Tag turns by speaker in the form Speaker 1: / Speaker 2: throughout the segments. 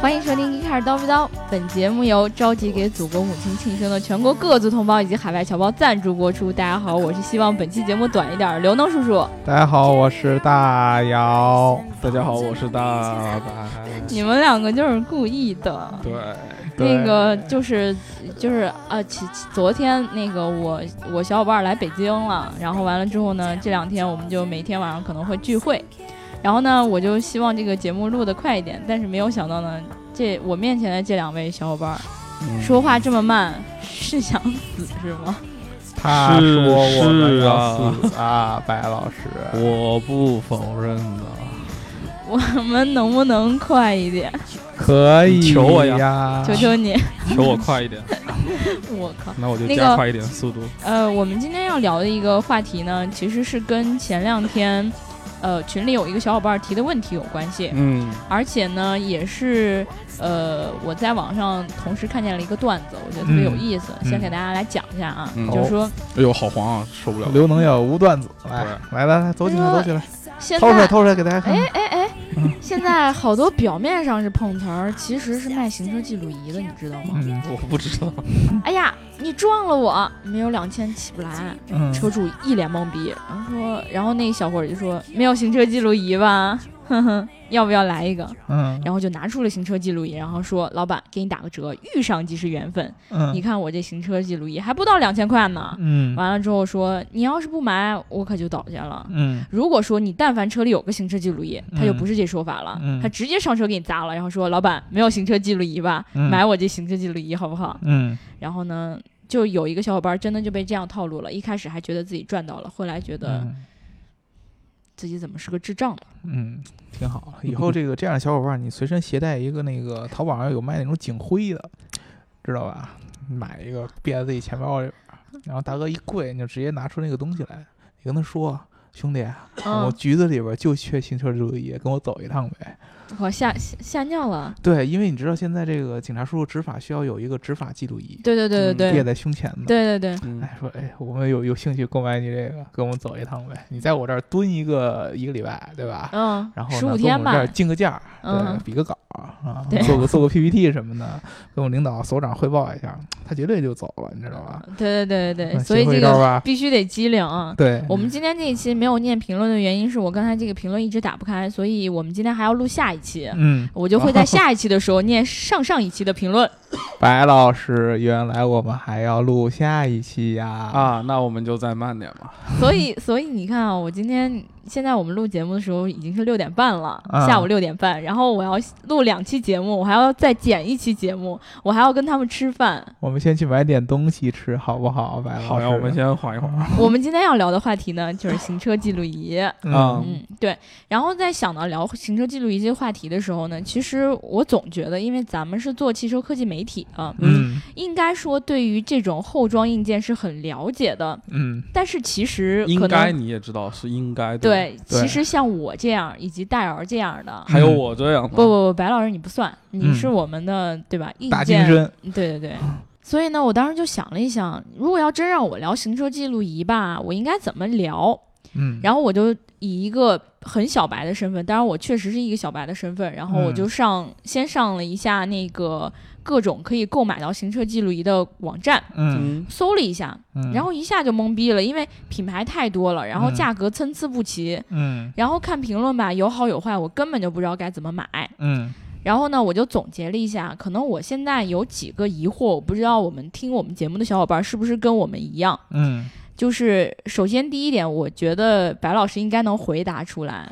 Speaker 1: 欢迎收听《一开始叨逼叨》，本节目由召集给祖国母亲庆生的全国各族同胞以及海外侨胞赞助播出。大家好，我是希望本期节目短一点儿，刘能叔叔。
Speaker 2: 大家好，我是大姚。
Speaker 3: 大家好，我是大白。
Speaker 1: 你们两个就是故意的。
Speaker 3: 对，对
Speaker 1: 那个就是就是呃，其其昨天那个我我小伙伴来北京了，然后完了之后呢，这两天我们就每天晚上可能会聚会，然后呢，我就希望这个节目录得快一点，但是没有想到呢，这我面前的这两位小伙伴说话这么慢，是想死是吗？
Speaker 2: 他
Speaker 3: 是
Speaker 2: 说我们
Speaker 3: 是
Speaker 2: 要
Speaker 3: 啊
Speaker 2: 死啊，白老师。
Speaker 3: 我不否认的。
Speaker 1: 我们能不能快一点？
Speaker 2: 可以
Speaker 3: 求我
Speaker 2: 呀，
Speaker 1: 求求你！
Speaker 3: 求我快一点，
Speaker 1: 我靠！
Speaker 3: 那我就
Speaker 1: 那
Speaker 3: 加
Speaker 1: 个
Speaker 3: 快一点速度。
Speaker 1: 呃，我们今天要聊的一个话题呢，其实是跟前两天，呃，群里有一个小伙伴提的问题有关系。
Speaker 3: 嗯，
Speaker 1: 而且呢，也是呃，我在网上同时看见了一个段子，我觉得特别有意思，
Speaker 3: 嗯
Speaker 1: 先给大家来讲一下啊，
Speaker 3: 嗯
Speaker 1: 就是
Speaker 2: 哦
Speaker 1: 说
Speaker 3: 哎呦，好黄啊，受不了。
Speaker 2: 刘能有无段子，来来来来，走起来，走起来，
Speaker 1: 嗯现
Speaker 2: 掏出来，
Speaker 1: 在。
Speaker 2: 掏出来，嗯给大家看
Speaker 1: 哎
Speaker 2: 看。
Speaker 1: 哎哎！现在好多表面上是碰瓷儿，其实是卖行车记录仪的，你知道吗？
Speaker 2: 嗯
Speaker 3: 我不知道，
Speaker 1: 哎呀，你撞了我，没有两千起不来。
Speaker 2: 嗯，
Speaker 1: 车主一脸懵逼，然后说，然后那小伙儿就说没有行车记录仪吧， 哼哼，要不要来一个？
Speaker 2: 嗯
Speaker 1: 然后就拿出了行车记录仪，然后说老板给你打个折，遇上即是缘分。你
Speaker 2: 嗯
Speaker 1: 看我这行车记录仪还不到两千块呢。
Speaker 2: 嗯
Speaker 1: 完了之后说，你要是不买，我可就倒下了。
Speaker 2: 嗯
Speaker 1: 如果说你但凡车里有个行车记录仪，他就
Speaker 2: 嗯
Speaker 1: 不是这说法了，
Speaker 2: 嗯
Speaker 1: 他直接上车给你砸了，然后说老板没有行车记录仪吧，
Speaker 2: 嗯
Speaker 1: 买我这行车记录仪好不好？
Speaker 2: 嗯
Speaker 1: 然后呢，就有一个小伙伴真的就被这样套路了，一开始还觉得自己赚到了，后来觉得
Speaker 2: 嗯
Speaker 1: 自己怎么是个智障呢？
Speaker 2: 嗯，挺 好。以后这个这样的小伙伴，你随身携带一个那个淘宝上有卖那种警徽的，知道吧？买一个别在自己钱包里边儿，然后大哥一跪，你就直接拿出那个东西来，你跟他说。兄弟，啊我
Speaker 1: 嗯，
Speaker 2: 局子里边就缺行车记录仪，跟我走一趟呗。
Speaker 1: 我吓吓吓尿了。
Speaker 2: 对，因为你知道现在这个警察叔叔执法需要有一个执法记录仪，
Speaker 1: 对对对对
Speaker 2: 别
Speaker 1: 对
Speaker 2: 在胸前的。
Speaker 1: 对对对，
Speaker 3: 嗯，
Speaker 2: 哎，说哎，我们有有兴趣购买你这个，跟我们走一趟呗。你在我这儿蹲一个一个礼拜，对吧？
Speaker 1: 嗯
Speaker 2: 然，后
Speaker 1: 十五
Speaker 2: 呢跟我
Speaker 1: 天
Speaker 2: 们这
Speaker 1: 吧
Speaker 2: 儿，竞个价儿，
Speaker 1: 嗯
Speaker 2: 对，比个稿儿啊
Speaker 1: 对，
Speaker 2: 做个做个 PPT 什么的，跟我领导、首长汇报一下，他绝对就走了，你知道吧？
Speaker 1: 对对对对
Speaker 2: 嗯
Speaker 1: 对，所以
Speaker 2: 学会
Speaker 1: 这
Speaker 2: 一招
Speaker 1: 个
Speaker 2: 吧，嗯
Speaker 1: 必须得机灵啊。
Speaker 2: 对，
Speaker 1: 我们今天这一期没有念评论的原因是我刚才这个评论一直打不开，所以我们今天还要录下一期，
Speaker 2: 嗯，
Speaker 1: 我就会在下一期的时候念上上一期的评论。
Speaker 2: 白老师，原来我们还要录下一期呀！，
Speaker 3: 啊，那我们就再慢点吧。
Speaker 1: 所以，所以你看啊，我今天现在我们录节目的时候已经是六点半了，
Speaker 2: 啊
Speaker 1: 下午六点半，然后我要录两期节目，我还要再剪一期节目，我还要跟他们吃 饭。
Speaker 2: 我们先去买点东西吃，好不好，白老师？啊
Speaker 3: 好呀，我们先缓一会儿。
Speaker 1: 我们今天要聊的话题呢，就是行车记录仪。
Speaker 2: 嗯
Speaker 1: 嗯，对。然后在想到聊行车记录仪这个话题的时候呢，其实我总觉得，因为咱们是做汽车科技媒体啊，
Speaker 2: 嗯
Speaker 1: 应该说对于这种后装硬件是很了解的。
Speaker 2: 嗯
Speaker 1: 但是其实
Speaker 3: 应
Speaker 1: 可
Speaker 3: 该
Speaker 1: 能
Speaker 3: 你也知道是应该的。，
Speaker 1: 对，
Speaker 2: 对
Speaker 1: 其实像我这样以及戴尔这样的，
Speaker 3: 还有我这样的。
Speaker 1: 不不不，白老师你不算，你
Speaker 2: 嗯
Speaker 1: 是我们的、对吧？硬
Speaker 2: 大金嗯
Speaker 1: 件
Speaker 2: 针，
Speaker 1: 对对对。所以呢，我当时就想了一想，如果要真让我聊行车记录仪吧，我应该怎么聊？
Speaker 2: 嗯，
Speaker 1: 然后我就以一个很小白的身份，当然我确实是一个小白的身份，然后我
Speaker 2: 嗯
Speaker 1: 就上、先上了一下那个各种可以购买到行车记录仪的网站，
Speaker 2: 嗯
Speaker 3: 嗯，
Speaker 1: 搜了一下，
Speaker 2: 嗯，
Speaker 1: 然后一下就懵逼了，因为品牌太多了，然后
Speaker 2: 嗯
Speaker 1: 价格参差不齐，
Speaker 2: 嗯
Speaker 1: 然后看评论吧，有好有坏，我根本就不知道该怎么买。
Speaker 2: 嗯
Speaker 1: 然后呢，我就总结了一下，可能我现在有几个疑惑，我不知道我们听我们节目的小伙伴是不是跟我们一样。
Speaker 2: 嗯，
Speaker 1: 就是首先第一点，我觉得白老师应该能回答出来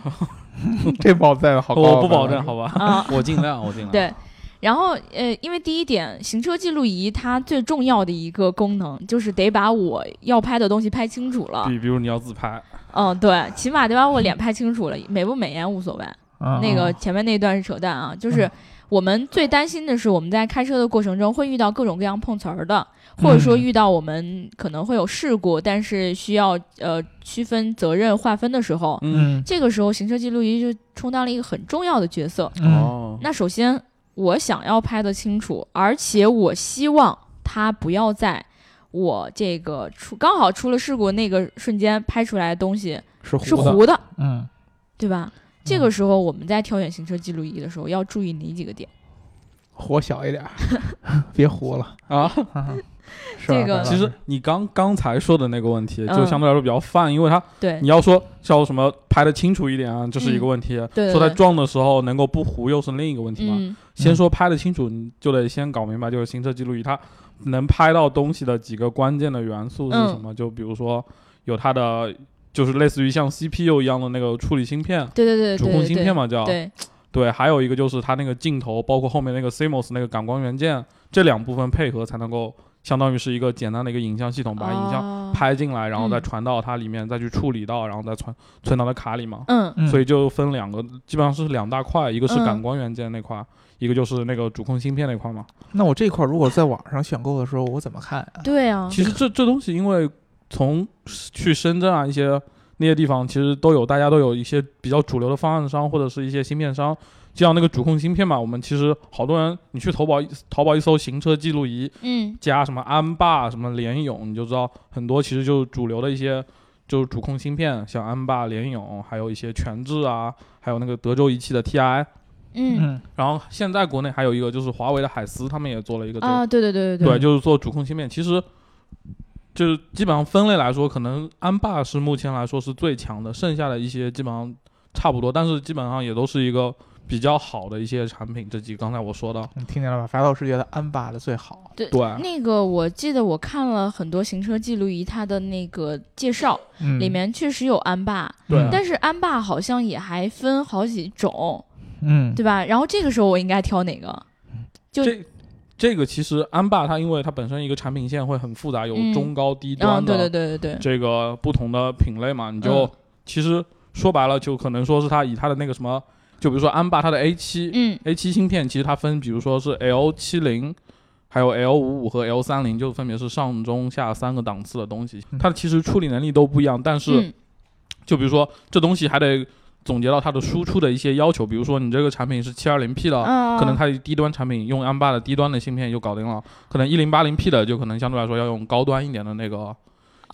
Speaker 2: 这保证好高啊，
Speaker 3: 我不保证，
Speaker 2: 白老师
Speaker 3: 好吧？
Speaker 1: 啊，
Speaker 3: 我尽量，我尽量。
Speaker 1: 对。然后呃，因为第一点，行车记录仪它最重要的一个功能就是得把我要拍的东西拍清楚了。
Speaker 3: 比比如你要自拍，
Speaker 1: 嗯，对，起码得把我脸拍清楚了，美不美颜无所谓。
Speaker 2: 嗯
Speaker 1: 那个前面那一段是扯淡啊，就是我们最担心的是我们在开车的过程中会遇到各种各样碰瓷儿的，或者说
Speaker 2: 嗯
Speaker 1: 遇到我们可能会有事故，但是需要呃区分责任划分的时候，
Speaker 3: 嗯，
Speaker 2: 嗯
Speaker 1: 这个时候行车记录仪就充当了一个很重要的角色。
Speaker 2: 嗯
Speaker 3: 哦，
Speaker 1: 那首先我想要拍得清楚，而且我希望它不要在。我这个出刚好出了事故那个瞬间拍出来的东西
Speaker 2: 是
Speaker 1: 是
Speaker 2: 糊的，
Speaker 1: 糊的，
Speaker 2: 嗯
Speaker 3: 嗯
Speaker 1: 对吧？这个时候我们在挑选行车记录仪的时候要注意哪几个点？
Speaker 2: 火小一点儿， 别糊 了。
Speaker 3: 啊。
Speaker 2: 是吧
Speaker 1: 这个
Speaker 2: 白老师
Speaker 3: 其实你刚刚才说的那个问题，就
Speaker 1: 嗯
Speaker 3: 相对来说比较泛，因为它
Speaker 1: 对
Speaker 3: 你要说叫什么拍的清楚一点啊，这是一个问题。
Speaker 1: 嗯对对
Speaker 3: 说它
Speaker 1: 对
Speaker 3: 撞的时候能够不糊，又是另一个问题嘛。
Speaker 1: 嗯
Speaker 3: 先说拍的清楚，你就得先搞明白，就是行车记录仪它能拍到东西的几个关键的元素是什
Speaker 1: 嗯
Speaker 3: 么。就比如说有它的，就是类似于像 CPU 一样的那个处理芯片，
Speaker 1: 对对对对
Speaker 3: 主
Speaker 1: 对
Speaker 3: 控
Speaker 1: 对
Speaker 3: 芯片嘛叫。
Speaker 1: 对
Speaker 3: 对还有一个就是它那个镜头，包括后面那个 CMOS 那个感光元件，这两部分配合才能够相当于是一个简单的一个影像系统，把影像
Speaker 1: 像
Speaker 3: 拍进来，然后再
Speaker 1: 嗯
Speaker 3: 传到它里面，再去处理到，然后再存存到它卡里嘛。
Speaker 1: 嗯
Speaker 2: 嗯
Speaker 3: 所以就分两个，基本上是两大块，一个是
Speaker 1: 嗯
Speaker 3: 感光元件那块，一个就是那个主控芯片那块嘛。
Speaker 2: 那我这块儿如果在网上选购的时候，我怎么看呀？
Speaker 1: 对啊，
Speaker 3: 其实这这东西，因为从去深圳啊一些那些地方，其实都有大家都有一些比较主流的方案商或者是一些芯片商，就像那个主控芯片嘛，我们其实好多人，你去淘宝一淘宝一搜行车记录仪
Speaker 1: 嗯
Speaker 3: 加什么安霸什么联咏，你就知道很多其实就是主流的一些。就是主控芯片，像安霸、联咏，还有一些全志啊，还有那个德州仪器的 TI，
Speaker 1: 嗯
Speaker 3: 然后现在国内还有一个就是华为的海思，他们也做了一个这个，
Speaker 1: 啊，对对对
Speaker 3: 对，
Speaker 1: 对，
Speaker 3: 就是做主控芯片。其实就是基本上分类来说，可能安霸是目前来说是最强的，剩下的一些基本上差不多，但是基本上也都是一个比较好的一些产品。这几刚才我说的，
Speaker 2: 你听见了吧？法老师觉得安霸的最好。
Speaker 1: 对
Speaker 3: 对，
Speaker 1: 那个我记得我看了很多行车记录仪它的那个介绍，
Speaker 2: 嗯
Speaker 1: 里面确实有安霸，
Speaker 3: 对
Speaker 1: 但是安霸好像也还分好几种，
Speaker 2: 嗯，
Speaker 1: 对吧？然后这个时候我应该挑哪个？就
Speaker 3: 这这个其实安霸它因为它本身一个产品线会很复杂，有
Speaker 1: 嗯
Speaker 3: 中高低
Speaker 1: 嗯，
Speaker 3: 端
Speaker 1: 对
Speaker 3: 的
Speaker 1: 对对对对，
Speaker 3: 这个不同的品类嘛，你就、
Speaker 1: 嗯
Speaker 3: 其实说白了，就可能说是它以它的那个什么，就比如说安霸它的 A 七、
Speaker 1: 嗯
Speaker 3: A 七芯片，其实它分，比如说是 L 七零，还有 L 五五和 L 三零，就分别是上中下三个档次的东西
Speaker 2: 嗯，
Speaker 3: 它其实处理能力都不一样，但是、
Speaker 1: 嗯
Speaker 3: 就比如说这东西还得总结到它的输出的一些要求，比如说你这个产品是七二零 P 的。
Speaker 1: 啊，
Speaker 3: 可能它低端产品用安霸的低端的芯片就搞定了，可能一零八零 P 的就可能相对来说要用高端一点的那个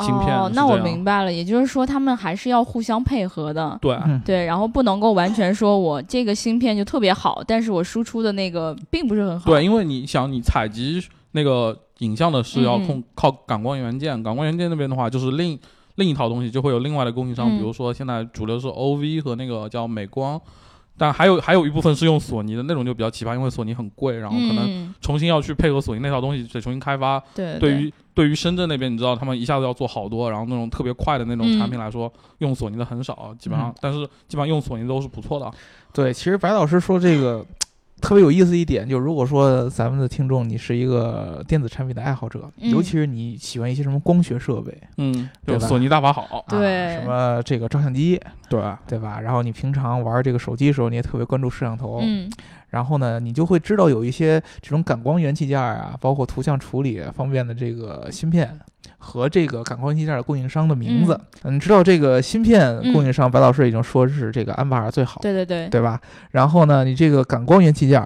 Speaker 3: 芯片
Speaker 1: 哦
Speaker 3: 是，
Speaker 1: 那
Speaker 3: 这
Speaker 1: 我
Speaker 3: 样
Speaker 1: 明白了，也就是说他们还是要互相配合的。
Speaker 3: 对，
Speaker 2: 嗯
Speaker 1: 对，然后不能够完全说我这个芯片就特别好，但是我输出的那个并不是很好。
Speaker 3: 对，因为你想，你采集那个影像的是要
Speaker 1: 嗯嗯
Speaker 3: 控靠感光元件，感光元件那边的话就是另另一套东西，就会有另外的供应商，
Speaker 1: 嗯
Speaker 3: 比如说现在主流是 OV 和那个叫美光，但还有还有一部分是用索尼的那种就比较奇葩，因为索尼很贵，然后可能
Speaker 1: 嗯，
Speaker 3: 重新要去配合索尼那套东西得重新开发。
Speaker 1: 对
Speaker 3: 对于对于深圳那边，你知道他们一下子要做好多，然后那种特别快的那种产品来说，用索尼的很少，基本上，
Speaker 2: 嗯
Speaker 3: 但是基本上用索尼都是不错的。
Speaker 2: 对，其实白老师说这个特别有意思一点，就如果说咱们的听众你是一个电子产品的爱好者，
Speaker 1: 嗯
Speaker 2: 尤其是你喜欢一些什么光学设备，
Speaker 3: 嗯，
Speaker 2: 对
Speaker 3: 就
Speaker 2: 吧
Speaker 3: 索尼大法好。
Speaker 1: 对
Speaker 2: 啊，什么这个照相机，
Speaker 3: 对，
Speaker 2: 对啊吧？然后你平常玩这个手机的时候，你也特别关注摄像头，
Speaker 1: 嗯
Speaker 2: 然后呢，你就会知道有一些这种感光元器件啊，包括图像处理啊方面的这个芯片和这个感光元器件的供应商的名字。嗯，知道这个芯片供应商，白老师已经说是这个安巴尔最好，
Speaker 1: 对对对
Speaker 2: 对吧？然后呢，你这个感光元器件。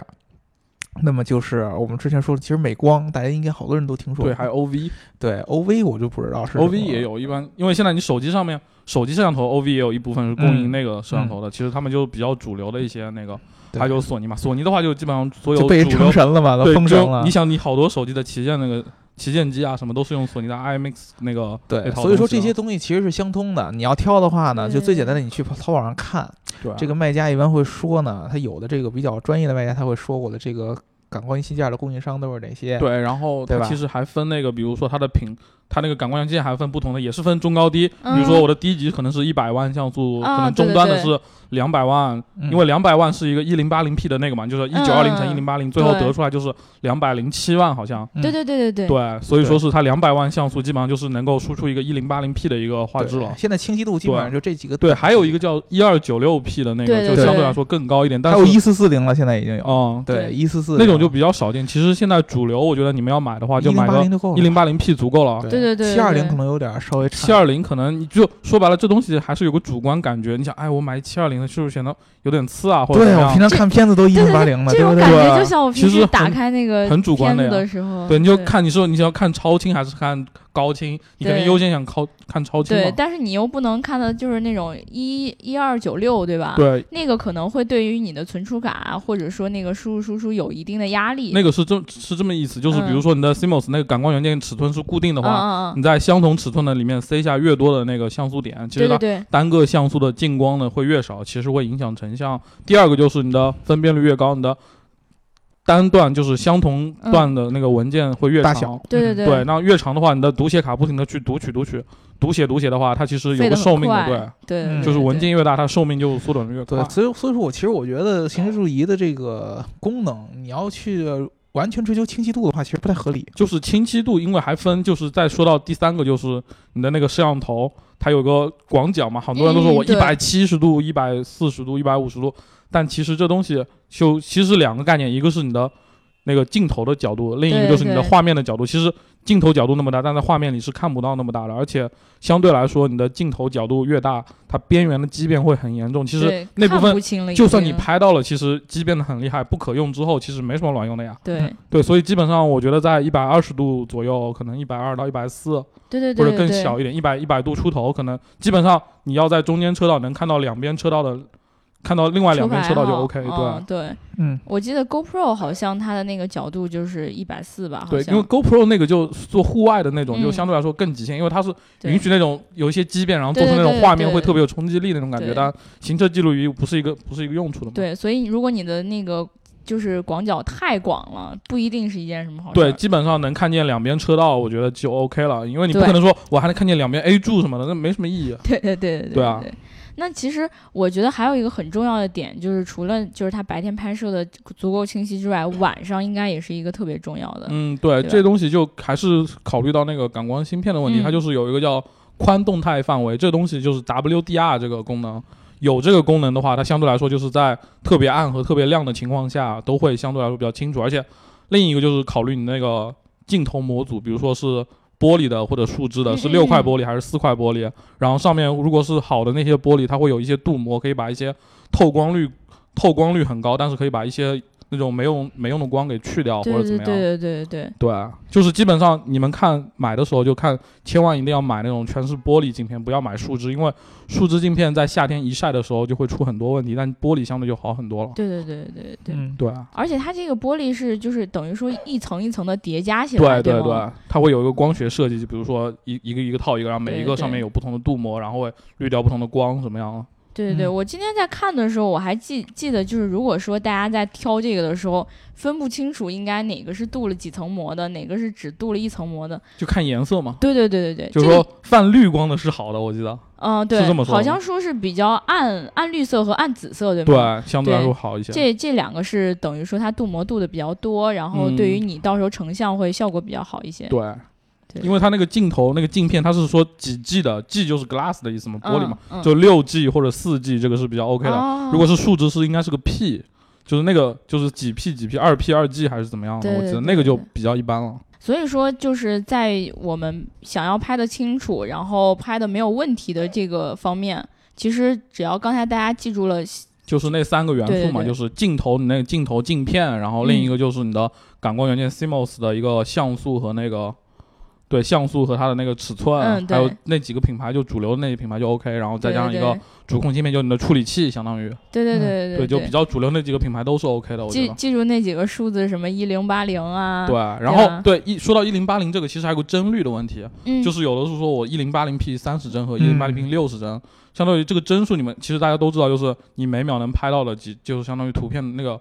Speaker 2: 那么就是我们之前说的，其实美光大家应该好多人都听说过，
Speaker 3: 对，还有 OV。
Speaker 2: 对 OV 我就不知道是什么
Speaker 3: OV 也有，一般因为现在你手机上面手机摄像头 OV 也有一部分是供应
Speaker 2: 嗯
Speaker 3: 那个摄像头的，其实他们就比较主流的一些那个，
Speaker 2: 对
Speaker 3: 还有索尼嘛，索尼的话就基本上所有
Speaker 2: 就
Speaker 3: 主
Speaker 2: 被
Speaker 3: 流
Speaker 2: 人成神了嘛，都
Speaker 3: 对
Speaker 2: 封
Speaker 3: 就
Speaker 2: 神了
Speaker 3: 你。想，你好多手机的旗舰那个旗舰机啊，什么都是用索尼的 IMX 那个
Speaker 2: 对
Speaker 3: 那，套
Speaker 2: 所以说
Speaker 3: 东西
Speaker 2: 这
Speaker 3: 的
Speaker 2: 些东西其实是相通的。你要挑的话呢，就最简单的，你去淘宝上看，
Speaker 3: 对
Speaker 2: 这个卖家一般会说呢，他有的这个比较专业的卖家，他会说我的这个感光元器件的供应商都是哪些。，
Speaker 3: 对，然后
Speaker 2: 对
Speaker 3: 它
Speaker 2: 吧
Speaker 3: 其实还分那个，比如说它的屏，它那个感光元件还分不同的，也是分中高低。
Speaker 1: 嗯
Speaker 3: 比如说我的低级可能是一百万像素，
Speaker 1: 啊
Speaker 3: 可能中
Speaker 1: 对
Speaker 3: 端的
Speaker 1: 对
Speaker 3: 是两百万，
Speaker 2: 嗯
Speaker 3: 因为两百万是一个一零八零 P 的那个嘛，就是一九二零乘一零八零，最后
Speaker 1: 嗯对
Speaker 3: 得出来就是两百零七万好像。
Speaker 1: 对对对对对，
Speaker 3: 对，所以说是它两百万像素基本上就是能够输出一个一零八零 P 的一个画质
Speaker 2: 对
Speaker 3: 了。
Speaker 2: 现在清晰度基本上
Speaker 3: 对
Speaker 2: 就这几个。
Speaker 3: 对，还有一个，叫一二九六 P 的那
Speaker 1: 对
Speaker 3: 个，
Speaker 1: 对
Speaker 3: 就
Speaker 2: 对
Speaker 3: 相对来说更高一点，但
Speaker 2: 还
Speaker 3: 是
Speaker 2: 有一四四零了，现在已经有。
Speaker 3: 嗯，
Speaker 1: 对
Speaker 2: 一四四
Speaker 3: 那种就比较少见。其实现在主流，我觉得你们要买的话，就
Speaker 2: 一零
Speaker 3: 买
Speaker 2: 八
Speaker 3: 个
Speaker 2: 零就够了。
Speaker 3: 一零八零 P 足够了。
Speaker 1: 对对对
Speaker 2: 七二
Speaker 1: 对
Speaker 2: 零可能有点稍微差。
Speaker 3: 七二零可能你就说白了，这东西还是有个主观感觉。你想，哎，我买七二零的，是不是显得有点次啊，或者怎
Speaker 2: 对
Speaker 3: 么
Speaker 2: 我平
Speaker 3: 样？
Speaker 2: 常看片子都一
Speaker 1: 对
Speaker 2: 零八
Speaker 1: 对
Speaker 2: 零的，
Speaker 1: 这
Speaker 2: 对不
Speaker 1: 种
Speaker 2: 对
Speaker 1: 感？觉
Speaker 3: 对
Speaker 1: 就像我平
Speaker 3: 其实
Speaker 1: 时打
Speaker 3: 很
Speaker 1: 开那个
Speaker 3: 很主观
Speaker 1: 片
Speaker 3: 的
Speaker 1: 子
Speaker 3: 呀
Speaker 1: 的时候，
Speaker 3: 对，你就看你说你想要看超清还是看高清，你肯
Speaker 1: 对
Speaker 3: 定优先想靠看超清
Speaker 1: 对，
Speaker 3: 嘛。
Speaker 1: 但是你又不能看的就是那种一一二九六，对吧？
Speaker 3: 对，
Speaker 1: 那个可能会对于你的存储卡啊或者说那个输入输出有一定的压力。
Speaker 3: 那个是这是这么意思，就是比如说你的 CMOS 那个感光元件尺寸是固定的
Speaker 1: 嗯
Speaker 3: 话，
Speaker 1: 嗯嗯，
Speaker 3: 你在相同尺寸的里面塞下越多的那个像素点，其
Speaker 1: 对对
Speaker 3: 实它
Speaker 1: 对，
Speaker 3: 单个像素的进光呢会越少，其实会影响成像。第二个就是你的分辨率越高，你的单段就是相同段的那个文件会越
Speaker 2: 大
Speaker 3: 长。
Speaker 2: 小
Speaker 1: 对对
Speaker 2: 嗯
Speaker 1: 对
Speaker 3: 对，那越长的话，你的读写卡不停的去读取、读取、读写、读写的话，它其实有
Speaker 1: 费
Speaker 3: 个
Speaker 1: 得
Speaker 3: 寿
Speaker 1: 很
Speaker 3: 命
Speaker 1: 快，
Speaker 3: 的，
Speaker 1: 对
Speaker 2: 嗯
Speaker 3: 对，
Speaker 1: 对，
Speaker 3: 就是文
Speaker 1: 对
Speaker 3: 件越大，它寿命就缩短的越快
Speaker 2: 对，。所以所以说我其实我觉得行车记录仪的这个功能，你要去完全追求清晰度的话，其实不太合理。
Speaker 3: 就是清晰度，因为还分，就是再说到第三个，就是你的那个摄像头，它有个广角嘛，很多人都说
Speaker 1: 嗯
Speaker 3: 我一
Speaker 1: 对
Speaker 3: 百七十度、一百四十度、一百五十度，但其实这东西就其实两个概念，一个是你的那个镜头的角度，另一个
Speaker 1: 对
Speaker 3: 就是你的
Speaker 1: 对
Speaker 3: 画面的角度。其实镜头角度那么大，但在画面里是看不到那么大的，而且相对来说，你的镜头角度越大，它边缘的畸变会很严重。其实
Speaker 1: 对
Speaker 3: 那部
Speaker 1: 看
Speaker 3: 分
Speaker 1: 不清了已
Speaker 3: 就算你
Speaker 1: 经
Speaker 3: 拍到了，其实畸变的很厉害，不可用之后，其实没什么卵用的呀。
Speaker 1: 对
Speaker 3: 对，所以基本上我觉得在一百二十度左右，可能一百二到一百四，
Speaker 1: 对对对
Speaker 3: 或者
Speaker 1: 对
Speaker 3: 更
Speaker 1: 对
Speaker 3: 小一点，一百一百度出头，可能基本上你要在中间车道能看到两边车道的，看到另外两
Speaker 1: 出
Speaker 3: 边
Speaker 1: 牌
Speaker 3: 车道就
Speaker 1: 号
Speaker 3: OK，、
Speaker 1: 嗯对，
Speaker 2: 嗯，
Speaker 1: 我记得 GoPro 好像它的那个角度就是一百四吧，好
Speaker 3: 对对，
Speaker 1: 像
Speaker 3: 因为 GoPro 那个就做户外的那种，
Speaker 1: 嗯
Speaker 3: 就相对来说更极限，因为它是
Speaker 1: 对
Speaker 3: 允许那种有一些畸变，然后做成那
Speaker 1: 对对
Speaker 3: 种
Speaker 1: 对
Speaker 3: 画面
Speaker 1: 对
Speaker 3: 会特别有冲击力那种感觉。
Speaker 1: 对
Speaker 3: 但行车记录仪不是一个不是一个用处的嘛。
Speaker 1: 对，所以如果你的那个就是广角太广了，不一定是一件什么好事
Speaker 3: 对，
Speaker 1: 儿。
Speaker 3: 基本上能看见两边车道，我觉得就 OK 了，因为你不
Speaker 1: 对
Speaker 3: 可能说我还能看见两边 A 柱什么的，那没什么意义。
Speaker 1: 对对对对
Speaker 3: 对啊
Speaker 1: 对那其实我觉得还有一个很重要的点，就是除了就是它白天拍摄的足够清晰之外，晚上应该也是一个特别重要的。
Speaker 3: 嗯，对，
Speaker 1: 对吧
Speaker 3: 这东西就还是考虑到那个感光芯片的问题，
Speaker 1: 嗯
Speaker 3: 它就是有一个叫宽动态范围，这东西就是 WDR 这个功能。有这个功能的话，它相对来说就是在特别暗和特别亮的情况下，都会相对来说比较清楚。而且另一个就是考虑你那个镜头模组，比如说是玻璃的或者树脂的，
Speaker 1: 嗯
Speaker 3: 是
Speaker 1: 嗯
Speaker 3: 六块
Speaker 1: 嗯
Speaker 3: 玻璃还是四块玻璃？然后上面如果是好的那些玻璃，它会有一些镀膜，可以把一些透光率透光率很高，但是可以把一些那种没用没用的光给去掉或
Speaker 1: 对
Speaker 3: 者怎
Speaker 1: 对
Speaker 3: 么
Speaker 1: 对
Speaker 3: 样。
Speaker 1: 对对对对
Speaker 3: 对啊，就是基本上你们看买的时候就看，千万一定要买那种全是玻璃镜片，不要买树脂，因为树脂镜片在夏天一晒的时候就会出很多问题，但玻璃相对就好很多了。
Speaker 1: 对对对对对对。
Speaker 2: 嗯，
Speaker 3: 对啊，
Speaker 1: 而且它这个玻璃是就是等于说一层一层的叠加起来，
Speaker 3: 对对
Speaker 1: 吗？
Speaker 3: 对，它会有一个光学设计，就比如说一一个一个套一个，然后每
Speaker 1: 对
Speaker 3: 一个上
Speaker 1: 对
Speaker 3: 面有不同的镀膜，然后会滤掉不同的光，怎么样啊？
Speaker 1: 对对对，
Speaker 2: 嗯
Speaker 1: 我今天在看的时候，我还记记得，就是如果说大家在挑这个的时候，分不清楚应该哪个是镀了几层膜的，哪个是只镀了一层膜的。
Speaker 3: 就看颜色嘛，
Speaker 1: 对对对对对，
Speaker 3: 就
Speaker 1: 这
Speaker 3: 是
Speaker 1: 个
Speaker 3: 说泛绿光的是好的，我记得，
Speaker 1: 嗯、对，
Speaker 3: 是这么说的吗
Speaker 1: 好像说是比较暗暗绿色和暗紫色，对吗？
Speaker 3: 对，啊相对来说好一些。
Speaker 1: 这这两个是等于说它镀膜镀的比较多，然后
Speaker 3: 嗯
Speaker 1: 对于你到时候成像会效果比较好一些。
Speaker 3: 对，
Speaker 1: 对
Speaker 3: 因为它那个镜头那个镜片，它是说几 G 的，G 就是 glass 的意思嘛，
Speaker 1: 嗯，
Speaker 3: 玻璃嘛，
Speaker 1: 嗯
Speaker 3: 就六 G 或者四 G 这个是比较 OK 的。
Speaker 1: 哦
Speaker 3: 如果是数值是应该是个 P，就是那个就是几 P 几 P 二 P 二 G 还是怎么样的，
Speaker 1: 对
Speaker 3: 我记得
Speaker 1: 对
Speaker 3: 那个就
Speaker 1: 对
Speaker 3: 比较一般了。
Speaker 1: 所以说，就是在我们想要拍的清楚，然后拍的没有问题的这个方面，其实只要刚才大家记住了，
Speaker 3: 就是那三个元素嘛，
Speaker 1: 对对对
Speaker 3: 就是镜头，你那个镜头镜片，然后另一
Speaker 1: 嗯
Speaker 3: 个就是你的感光元件 CMOS 的一个像素和那个，对像素和它的那个尺寸，啊
Speaker 1: 嗯
Speaker 3: 还
Speaker 1: 对
Speaker 3: 有那几个品牌就主流的那些品牌就 OK，然后再
Speaker 1: 对
Speaker 3: 加上一个主控芯片，就是你的处理器，相当于
Speaker 1: 对对对对对
Speaker 3: 就比较主流那几个品牌都是 OK 的，我觉
Speaker 1: 记
Speaker 3: 得。
Speaker 1: 记住那几个数字，什么一零八零啊，
Speaker 3: 对，，然
Speaker 1: 对
Speaker 3: 后
Speaker 1: 啊
Speaker 3: 对一说到一零八零这个，其实还有个帧率的问题，
Speaker 1: 嗯，
Speaker 3: 就是有的是说我一零八零 P 三十帧和一零八零 P 六十帧，相当于这个帧数，你们其实大家都知道，就是你每秒能拍到的几，就是相当于图片的那个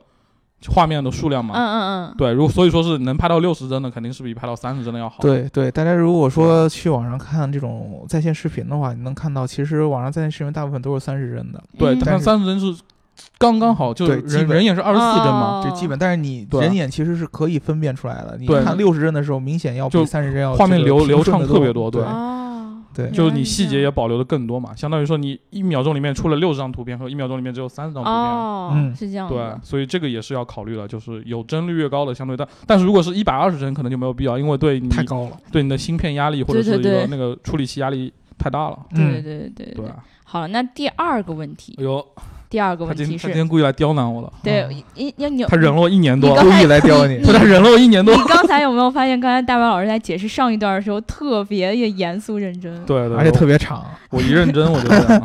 Speaker 3: 画面的数量
Speaker 1: 嗯
Speaker 3: 嘛。
Speaker 1: 嗯嗯，
Speaker 3: 对，如所以说是能拍到六十帧的，肯定是比拍到三十帧的要好。
Speaker 2: 对对，大家如果说
Speaker 3: 嗯
Speaker 2: 去网上看这种在线视频的话，你能看到，其实网上在线视频大部分都是三十帧的，
Speaker 3: 对，
Speaker 1: 嗯
Speaker 2: 但
Speaker 3: 看三十帧是刚刚好，就是
Speaker 2: 对基
Speaker 3: 人
Speaker 2: 本
Speaker 3: 人眼是二十四帧嘛，
Speaker 1: 哦
Speaker 2: 就基本。但是你
Speaker 3: 对啊
Speaker 2: 人眼其实是可以分辨出来的，你
Speaker 3: 对
Speaker 2: 看六十帧的时候，明显要
Speaker 3: 就
Speaker 2: 比三十帧要
Speaker 3: 画面
Speaker 2: 这个
Speaker 3: 流
Speaker 2: 平
Speaker 3: 流
Speaker 2: 顺得
Speaker 3: 畅特别多对
Speaker 2: 对
Speaker 1: 哦，
Speaker 2: 对
Speaker 3: 就是你细节
Speaker 1: 也
Speaker 3: 也保留的更多嘛，相当于说你一秒钟里面出了六十张图片和一秒钟里面只有三十张图片。啊
Speaker 1: 哦，
Speaker 2: 嗯
Speaker 1: 是这样
Speaker 3: 对
Speaker 1: 的，，
Speaker 3: 所以这个也是要考虑的，就是有帧率越高的相对但但是如果是一百二十帧，可能就没有必要，因为对你
Speaker 2: 太高了。
Speaker 3: 对你的芯片压力或
Speaker 1: 对
Speaker 3: 者是
Speaker 1: 对
Speaker 3: 一个
Speaker 1: 对
Speaker 3: 那个处理器压力太大了。
Speaker 1: 对
Speaker 2: 嗯，
Speaker 1: 对对对
Speaker 3: 对
Speaker 1: 对
Speaker 3: 啊，
Speaker 1: 好，那第二个问题
Speaker 3: 哎，呦，
Speaker 1: 第二个
Speaker 3: 他
Speaker 1: 问
Speaker 3: 今
Speaker 1: 题
Speaker 3: 他今
Speaker 1: 是，
Speaker 3: 天故意来刁难我了，
Speaker 1: 对
Speaker 2: 嗯，
Speaker 1: 你你你
Speaker 3: 他忍了我一年 多
Speaker 1: 你
Speaker 3: 了
Speaker 1: 刚，才
Speaker 2: 故意来刁你
Speaker 3: 他忍了我一年
Speaker 1: 你
Speaker 3: 多。
Speaker 1: 刚才有没有发现，刚才大白老师在解释上一段的时候特别也严肃认真？
Speaker 3: 对对，
Speaker 2: 而且
Speaker 3: 我
Speaker 2: 特别长。
Speaker 3: 我一认真我就这样了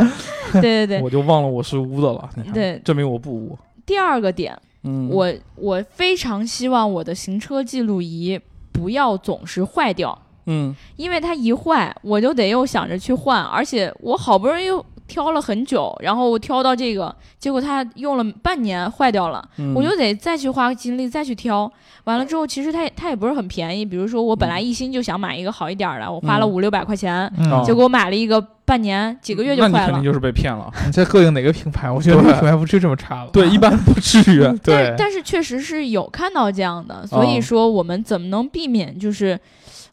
Speaker 1: 对对 对。
Speaker 3: 我就忘了我是污的了。你看
Speaker 1: 对
Speaker 3: 证明我不污。
Speaker 1: 第二个点，
Speaker 3: 嗯，
Speaker 1: 我我非常希望我的行车记录仪不要总是坏掉，
Speaker 3: 嗯
Speaker 1: 因为它一坏，我就得又想着去换，而且我好不容易又挑了很久，然后我挑到这个，结果它用了半年坏掉了，
Speaker 3: 嗯，
Speaker 1: 我就得再去花精力再去挑。完了之后，其实它也它也不是很便宜，比如说我本来一心就想买一个好一点儿的，我花了
Speaker 3: 嗯
Speaker 1: 五六百块钱，
Speaker 3: 哦
Speaker 2: 嗯，
Speaker 1: 结果我买了一个半年几个月就
Speaker 3: 那你
Speaker 1: 坏
Speaker 3: 肯
Speaker 1: 了
Speaker 3: 定。就是被骗了。
Speaker 2: 你在膈应哪个品牌？我觉得
Speaker 3: 对
Speaker 2: 这个品牌不至于这么差吧？啊
Speaker 3: 对，一般不至 于。
Speaker 1: 但
Speaker 2: 对
Speaker 1: 是，但是确实是有看到这样的，所以
Speaker 3: 哦
Speaker 1: 说我们怎么能避免？就是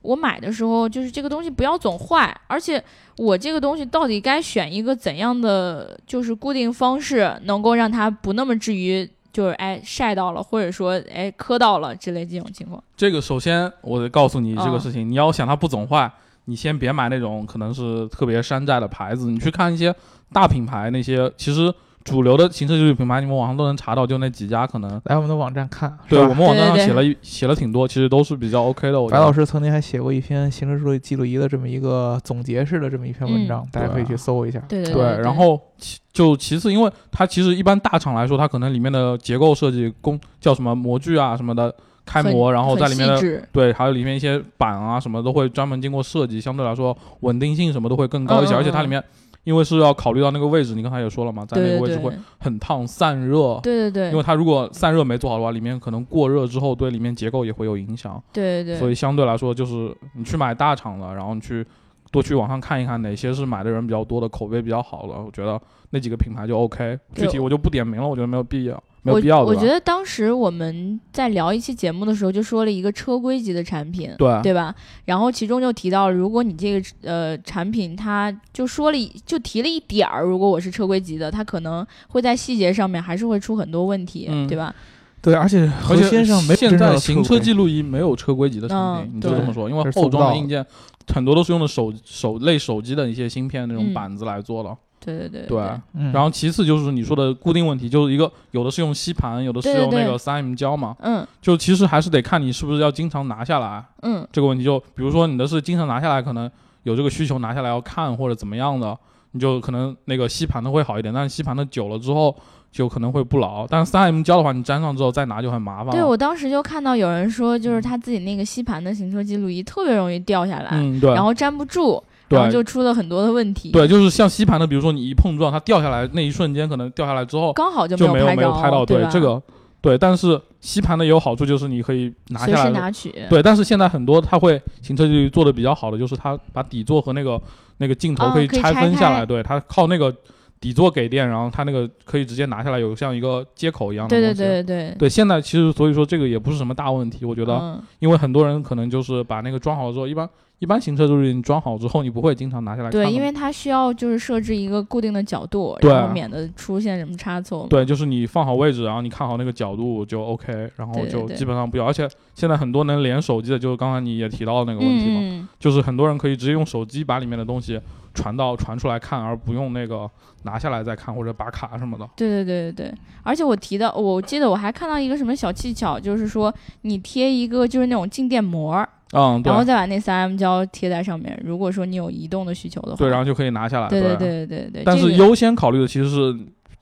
Speaker 1: 我买的时候，就是这个东西不要总坏，而且我这个东西到底该选一个怎样的就是固定方式，能够让它不那么至于就是哎晒到了，或者说哎磕到了之类这种情况。
Speaker 3: 这个首先我得告诉你这
Speaker 1: 哦
Speaker 3: 个事情，你要想它不总坏，你先别买那种可能是特别山寨的牌子，你去看一些大品牌那些，其实主流的行车记录品牌，你们网上都能查到，就那几家可
Speaker 1: 嗯
Speaker 3: 能。
Speaker 2: 来我们的网站看。
Speaker 3: 对
Speaker 2: 是吧
Speaker 3: 我们网站上
Speaker 1: 对对对
Speaker 3: 写了一写了挺多，其实都是比较 OK 的。我觉
Speaker 2: 白
Speaker 3: 得
Speaker 2: 老师曾经还写过一篇行车记录记录仪的这么一个总结式的这么一篇
Speaker 3: 嗯
Speaker 2: 文章，大
Speaker 3: 啊
Speaker 2: 家可以去搜一下。
Speaker 1: 对对
Speaker 3: 对，然后其就其次，因为它其实一般大厂来说，它可能里面的结构设计工叫什么模具啊什么的开
Speaker 1: 很
Speaker 3: 模，然后
Speaker 1: 很
Speaker 3: 在里面
Speaker 1: 细
Speaker 3: 的
Speaker 1: 致
Speaker 3: 对，还有里面一些板啊什么都会专门经过设计，相对来说稳定性什么都会更高一
Speaker 1: 嗯
Speaker 3: 些，
Speaker 1: 嗯
Speaker 3: 而且它里面因为是要考虑到那个位置，你刚才也说了呃嘛，在那
Speaker 1: 对
Speaker 3: 个
Speaker 1: 对
Speaker 3: 位置
Speaker 1: 对
Speaker 3: 会很烫散热。
Speaker 1: 对对
Speaker 3: 因为
Speaker 1: 对
Speaker 3: 它如果散热没做好的话，里面可能过热之后对里面结构也会有影响，
Speaker 1: 对对
Speaker 3: 所
Speaker 1: 对，
Speaker 3: 以相对来说就是你去买大厂的，然后你去多去网上看一看哪些是买的人比较多的，口碑比较好的，我觉得那几个品牌就 OK。具
Speaker 1: 对
Speaker 3: 体我就不点名了，我觉得没有必要，没有必要
Speaker 1: 我我
Speaker 3: 对吧
Speaker 1: 觉？得当时我们在聊一期节目的时候，就说了一个车规级的产品，
Speaker 3: 对啊
Speaker 1: 对吧？然后其中就提到了，如果你这个呃产品，它就说了一就提了一点儿，如果我是车规级的，它可能会在细节上面还是会出很多问题，
Speaker 3: 嗯
Speaker 1: 对吧？
Speaker 2: 对，而且核
Speaker 3: 而且
Speaker 2: 心上没有
Speaker 3: 现
Speaker 2: 真正
Speaker 3: 在
Speaker 2: 的
Speaker 3: 行
Speaker 2: 车
Speaker 3: 车
Speaker 2: 规
Speaker 3: 记录仪没有车规级的产品，
Speaker 1: 嗯
Speaker 3: 你就
Speaker 1: 对
Speaker 3: 这么说，因为
Speaker 2: 这是做
Speaker 3: 后
Speaker 2: 不
Speaker 3: 装
Speaker 2: 到
Speaker 3: 的硬件很多都是用的手手类手机的一些芯片那
Speaker 1: 嗯
Speaker 3: 种板子来做的。
Speaker 1: 对对对
Speaker 3: 对，啊
Speaker 2: 嗯，
Speaker 3: 然后其次就是你说的固定问题，就是一个有的是用吸盘，有的是
Speaker 1: 对对
Speaker 3: 用那
Speaker 1: 对
Speaker 3: 个三 M 胶嘛，
Speaker 1: 嗯
Speaker 3: 就其实还是得看你是不是要经常拿下来
Speaker 1: 嗯，
Speaker 3: 这个问题就。比如说你的是经常拿下来，可能有这个需求拿下来要看或者怎么样的，你就可能那个吸盘的会好一点，但是吸盘的久了之后就可能会不牢。但是三 M 胶的话，你粘上之后再拿就很麻烦了。
Speaker 1: 对我当时就看到有人说，就是他自己那个吸盘的行车记录仪特别容易掉下来，
Speaker 3: 嗯，对，
Speaker 1: 然后粘不住，
Speaker 3: 对啊
Speaker 1: 然后就出了很多的问题，
Speaker 3: 对，就是像吸盘的，比如说你一碰撞，它掉下来那一瞬间，可能掉下来之后
Speaker 1: 刚好就
Speaker 3: 就
Speaker 1: 没
Speaker 3: 没有
Speaker 1: 拍
Speaker 3: 没有
Speaker 1: 着，
Speaker 3: 拍到。
Speaker 1: 对
Speaker 3: 对
Speaker 1: 吧
Speaker 3: 这个，对，但是吸盘的也有好处，就是你可以拿
Speaker 1: 随
Speaker 3: 下
Speaker 1: 时
Speaker 3: 来。
Speaker 1: 拿取，
Speaker 3: 对，但是现在很多它会行车记录仪做的比较好的，就是它把底座和那个那个镜头
Speaker 1: 嗯
Speaker 3: 可以
Speaker 1: 可以
Speaker 3: 拆
Speaker 1: 拆
Speaker 3: 分下
Speaker 1: 开
Speaker 3: 来，对，它靠那个底座给电，然后它那个可以直接拿下来，有像一个接口一样的
Speaker 1: 对对
Speaker 3: 东西。
Speaker 1: 对对对，
Speaker 3: 对，现在其实所以说这个也不是什么大问题，我觉得，
Speaker 1: 嗯，
Speaker 3: 因为很多人可能就是把那个装好了之后，一般一般行车记录仪你装好之后，你不会经常拿下来看的嘛。
Speaker 1: 对，因为它需要就是设置一个固定的角度，
Speaker 3: 对
Speaker 1: 然后免得出现什么差错嘛。
Speaker 3: 对，就是你放好位置，然后你看好那个角度就 OK，然后
Speaker 1: 对对
Speaker 3: 就
Speaker 1: 对
Speaker 3: 基本上不要。而且现在很多能连手机的，就是刚才你也提到的那个问题嘛，
Speaker 1: 嗯，
Speaker 3: 就是很多人可以直接用手机把里面的东西传到传出来看，而不用那个拿下来再看或者拔卡什么的。
Speaker 1: 对对对对对。而且我提到，我记得我还看到一个什么小技巧，就是说你贴一个就是那种静电膜儿，
Speaker 3: 嗯，
Speaker 1: 然后
Speaker 3: 对
Speaker 1: 再把那三 M 胶贴在上面。如果说你有移动的需求的话，
Speaker 3: 对，然
Speaker 1: 后
Speaker 3: 后就可以拿下来。
Speaker 1: 对对对对对。
Speaker 3: 但
Speaker 1: 这
Speaker 3: 是
Speaker 1: 个
Speaker 3: 优先考虑的其实是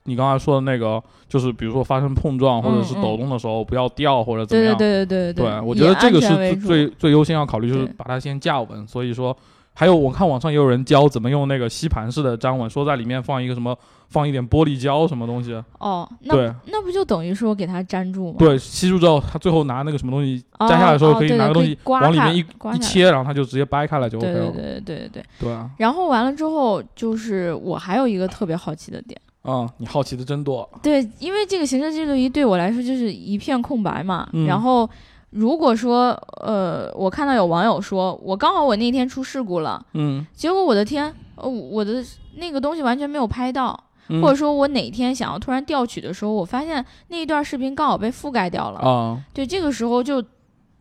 Speaker 3: 你刚才说的那个，就是比如说发生碰撞或者是
Speaker 1: 嗯嗯
Speaker 3: 抖动的时候不要掉或者怎
Speaker 1: 对
Speaker 3: 么
Speaker 1: 对
Speaker 3: 样。
Speaker 1: 对对对
Speaker 3: 对，我
Speaker 1: 以
Speaker 3: 觉得这
Speaker 1: 安
Speaker 3: 个
Speaker 1: 全
Speaker 3: 是
Speaker 1: 为
Speaker 3: 最
Speaker 1: 主
Speaker 3: 最最优先要考虑，就是
Speaker 1: 对
Speaker 3: 把它先架稳。所以说，还有我看网上也有人教怎么用那个吸盘式的粘稳，说在里面放一个什么，放一点玻璃胶什么东西，
Speaker 1: 哦，那
Speaker 3: 对
Speaker 1: 那不就等于说给它粘住吗？
Speaker 3: 对，吸住之后，它最后拿那个什么东西
Speaker 1: 哦，
Speaker 3: 摘下来的时候，
Speaker 1: 哦
Speaker 3: 可以
Speaker 1: 对
Speaker 3: 拿个
Speaker 1: 对
Speaker 3: 东
Speaker 1: 可以
Speaker 3: 西
Speaker 1: 刮
Speaker 3: 往里
Speaker 1: 开
Speaker 3: 面一
Speaker 1: 刮
Speaker 3: 一
Speaker 1: 下来
Speaker 3: 切，然后它就直接掰开了就 OK
Speaker 1: 对对
Speaker 3: 了。
Speaker 1: 对对对对。
Speaker 3: 对啊，
Speaker 1: 然后完了之后，就是我还有一个特别好奇的点。
Speaker 3: 嗯，你好奇的真多。
Speaker 1: 对，因为这个行车记录仪对我来说就是一片空白嘛。
Speaker 3: 嗯
Speaker 1: 然后，如果说呃，我看到有网友说，我刚好我那天出事故了，
Speaker 3: 嗯，
Speaker 1: 结果我的天，呃，我的那个东西完全没有拍到，
Speaker 3: 嗯
Speaker 1: 或者说我哪天想要突然调取的时候，我发现那一段视频刚好被覆盖掉了。
Speaker 3: 啊，
Speaker 1: 对，这个时候就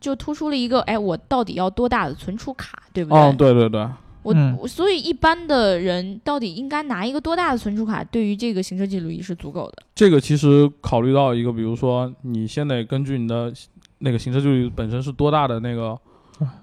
Speaker 1: 就突出了一个，哎，我到底要多大的存储卡，对不对？
Speaker 3: 哦，对对对，
Speaker 1: 我我、
Speaker 2: 嗯
Speaker 1: 我所以一般的人到底应该拿一个多大的存储卡，对于这个行车记录仪是足够的。
Speaker 3: 这个其实考虑到一个，比如说你先得根据你的那个行车记录仪本身是多大的那个，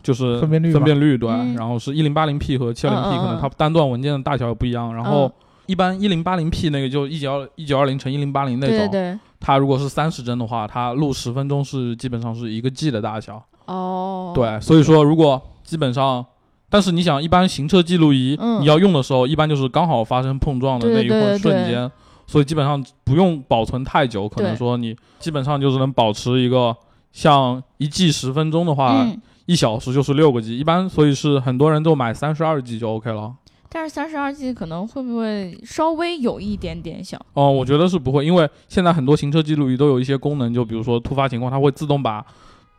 Speaker 3: 就是
Speaker 2: 啊分辨率嘛
Speaker 3: 分辨率对，
Speaker 1: 嗯
Speaker 3: 然后是一零八零 P 和七二
Speaker 1: 嗯
Speaker 3: 零
Speaker 1: 嗯
Speaker 3: P，可能它单段文件的大小也不一样。然
Speaker 1: 嗯
Speaker 3: 后一般一零八零 P 那个就一九二一九二零乘一零八零那
Speaker 1: 对对
Speaker 3: 种，
Speaker 1: 对，
Speaker 3: 它如果是三十帧的话，它录十分钟是基本上是一个 G 的大小。
Speaker 1: 哦，，
Speaker 3: 对，所以说如果基本上。但是你想，一般行车记录仪、
Speaker 1: 嗯
Speaker 3: 你要用的时候，一般就是刚好发生碰撞的那一
Speaker 1: 对对
Speaker 3: 会
Speaker 1: 对
Speaker 3: 儿瞬
Speaker 1: 对
Speaker 3: 间，所以基本上不用保存太久。可能
Speaker 1: 对
Speaker 3: 说你基本上就是能保持一个像一 G 十分钟的话，
Speaker 1: 嗯，
Speaker 3: 一小时就是六个 G，一般所以是很多人都买三十二 G 就 OK 了。
Speaker 1: 但是三十二 G 可能会不会稍微有一点点小？
Speaker 3: 哦、我觉得是不会，因为现在很多行车记录仪都有一些功能，就比如说突发情况，它会自动把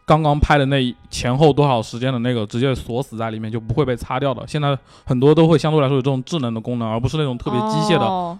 Speaker 3: 刚刚拍的那一前后多少时间的那个直接锁死在里面，就不会被擦掉的。现在很多都会相对来说有这种智能的功能，而不是那种特别机械的，
Speaker 1: 哦、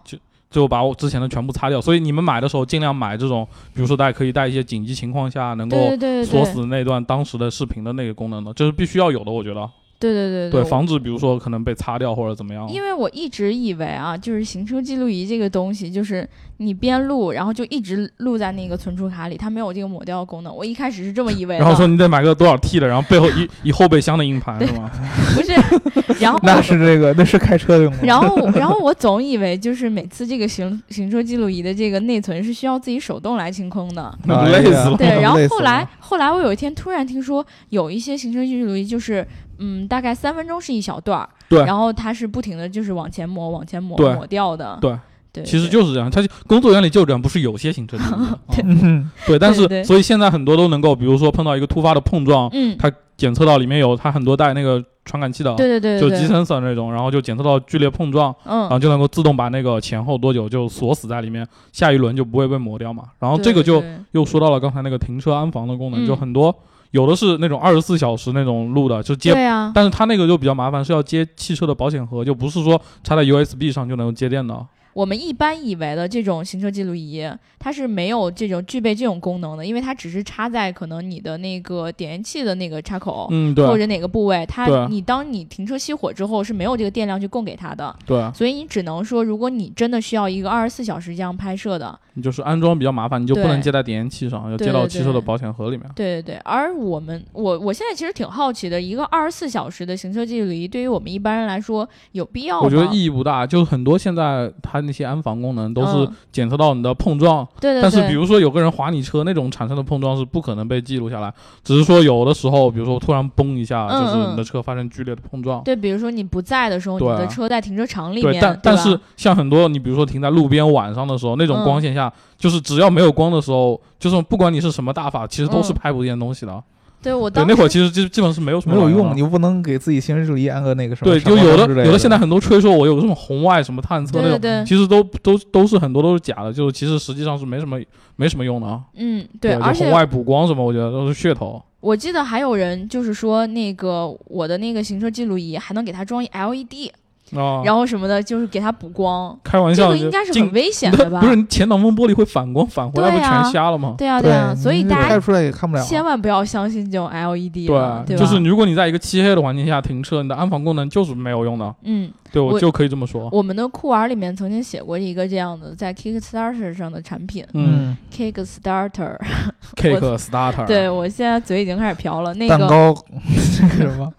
Speaker 3: 就把我之前的全部擦掉。所以你们买的时候尽量买这种，比如说大家可以带一些紧急情况下能
Speaker 1: 对
Speaker 3: 够
Speaker 1: 对对对
Speaker 3: 锁
Speaker 1: 对，
Speaker 3: 死那段当时的视频的那个功能的，这是必须要有的，我觉得。
Speaker 1: 对对对
Speaker 3: 对，
Speaker 1: 对，
Speaker 3: 防止比如说可能被擦掉或者怎么样。
Speaker 1: 因为我一直以为啊，就是行车记录仪这个东西，就是你边录，然后就一直录在那个存储卡里，它没有这个抹掉功能。我一开始是这么以为的，
Speaker 3: 然后说你得买个多少 T 的，然后背后一一后备箱的硬盘
Speaker 1: 对
Speaker 3: 是吗？
Speaker 1: 不 是，然后
Speaker 2: 那是这个，那是开车用的。
Speaker 1: 然后我然后我总以为就是每次这个行行车记录仪的这个内存是需要自己手动来清空 的。
Speaker 3: 那不累死了。
Speaker 1: 对，然后
Speaker 2: 累死
Speaker 1: 后
Speaker 2: 了
Speaker 1: 来后来我有一天突然听说有一些行车记录仪就是嗯，大概三分钟是一小段儿，
Speaker 3: 对
Speaker 1: 然后它是不停的就是往前抹往前抹
Speaker 3: 对
Speaker 1: 抹掉的，
Speaker 3: 对
Speaker 1: 对，
Speaker 3: 其实
Speaker 1: 对
Speaker 3: 就是这样，它就工作原理就这样，不是有些 行车记录
Speaker 1: 对
Speaker 3: 仪啊
Speaker 2: 嗯，
Speaker 3: 对，但
Speaker 1: 对对
Speaker 3: 是所以现在很多都能够，比如说碰到一个突发的碰撞，
Speaker 1: 嗯，
Speaker 3: 它检测到里面有它很多带那个传感器的，
Speaker 1: 对对对
Speaker 3: 就啊
Speaker 1: 对
Speaker 3: 集
Speaker 1: 对，
Speaker 3: 成 sensor 那种，然后就检测到剧烈碰撞，然
Speaker 1: 嗯，
Speaker 3: 后就能够自动把那个前后多久就锁死在里面，下一轮就不会被磨掉嘛。然后这个
Speaker 1: 对
Speaker 3: 就
Speaker 1: 对对
Speaker 3: 又说到了刚才那个停车安防的功
Speaker 1: 嗯
Speaker 3: 能，就很多有的是那种二十四小时那种路的，就接
Speaker 1: 对啊，
Speaker 3: 但是它那个就比较麻烦，是要接汽车的保险盒，就不是说插在 USB 上就能接电的。
Speaker 1: 我们一般以为的这种行车记录仪，它是没有这种具备这种功能的，因为它只是插在可能你的那个点烟器的那个插口。
Speaker 3: 嗯，
Speaker 1: 或
Speaker 3: 对
Speaker 1: 者哪个部位，它
Speaker 3: 对
Speaker 1: 你当你停车熄火之后是没有这个电量去供给它的，
Speaker 3: 对，
Speaker 1: 所以你只能说，如果你真的需要一个二十四小时这样拍摄的，
Speaker 3: 你就是安装比较麻烦，你就不
Speaker 1: 对
Speaker 3: 能接在点烟器上，要接
Speaker 1: 对
Speaker 3: 到
Speaker 1: 对
Speaker 3: 汽车的
Speaker 1: 对
Speaker 3: 保险盒里面。
Speaker 1: 对对对。而我们我我现在其实挺好奇的，一个二十四小时的行车记录仪对于我们一般人来说有必要吗？
Speaker 3: 我觉得意义不大，就是很多现在它那些安防功能都是
Speaker 1: 嗯
Speaker 3: 检测到你的碰撞，
Speaker 1: 对对对，
Speaker 3: 但是比如说有个人划你车那种产生的碰撞是不可能被记录下来，只是说有的时候，比如说突然嘣一下，
Speaker 1: 嗯
Speaker 3: 就是
Speaker 1: 嗯
Speaker 3: 你的车发生剧烈的碰撞。
Speaker 1: 对，比如说你不在的时候，你
Speaker 3: 对啊
Speaker 1: 的车在停车场里
Speaker 3: 对，
Speaker 1: 面，
Speaker 3: 但
Speaker 1: 对
Speaker 3: 但
Speaker 1: 吧
Speaker 3: 是像很多你比如说停在路边晚上的时候，那种
Speaker 1: 嗯
Speaker 3: 光线下，就是只要没有光的时候，就是不管你是什么大法，其实都是
Speaker 1: 嗯
Speaker 3: 拍不见东西的。啊
Speaker 1: 对我
Speaker 3: 对，
Speaker 1: 当
Speaker 3: 那会儿
Speaker 1: 时
Speaker 3: 其实基基本上是没有什么
Speaker 2: 没有
Speaker 3: 玩意儿
Speaker 2: 用，
Speaker 3: 的
Speaker 2: 你。不能给自己行车记录仪安个那个什么
Speaker 3: 对，
Speaker 2: 闪
Speaker 3: 就
Speaker 2: 光灯之
Speaker 3: 有的
Speaker 2: 类
Speaker 3: 有的现在很多吹说我有什么红外什么 探测
Speaker 1: 对
Speaker 3: 那
Speaker 1: 对
Speaker 3: 种，
Speaker 1: 对，
Speaker 3: 其实都都都是很多都是假的，就是其实实际上是没什么没什么用的啊。
Speaker 1: 嗯，对，
Speaker 3: 就
Speaker 1: 而且
Speaker 3: 红外补光什么，我觉得都是噱头。
Speaker 1: 我记得还有人就是说，那个我的那个行车记录仪还能给它装一 E LED，、
Speaker 3: 啊，
Speaker 1: 然后什么的，就是给它补光，
Speaker 3: 开玩
Speaker 1: 这
Speaker 3: 笑，
Speaker 1: 个应该是
Speaker 3: 进
Speaker 1: 很危险 的吧？
Speaker 3: 不是，你前挡风玻璃会反光，返回来不
Speaker 1: 对啊
Speaker 3: 全瞎了吗？
Speaker 1: 对啊
Speaker 2: 对
Speaker 1: 啊，所以
Speaker 2: 你
Speaker 1: 大
Speaker 2: 拍
Speaker 1: 家
Speaker 2: 不出来也看不了。
Speaker 1: 千万不要相信这种 LED，了 E 对吧？
Speaker 3: 啊就是你如果你在一个漆黑的环境下停车，你的安防功能就是没有用的。
Speaker 1: 嗯，
Speaker 3: 对我
Speaker 1: 我
Speaker 3: 就可以这么说。
Speaker 1: 我们的酷玩里面曾经写过一个这样的在 Kickstarter 上的产品
Speaker 3: 嗯
Speaker 1: ，Kickstarter，
Speaker 3: 啊，Cake Starter，
Speaker 1: 对我现在嘴已经开始瓢了，那
Speaker 2: 蛋
Speaker 1: 个
Speaker 2: 糕 那个什 么，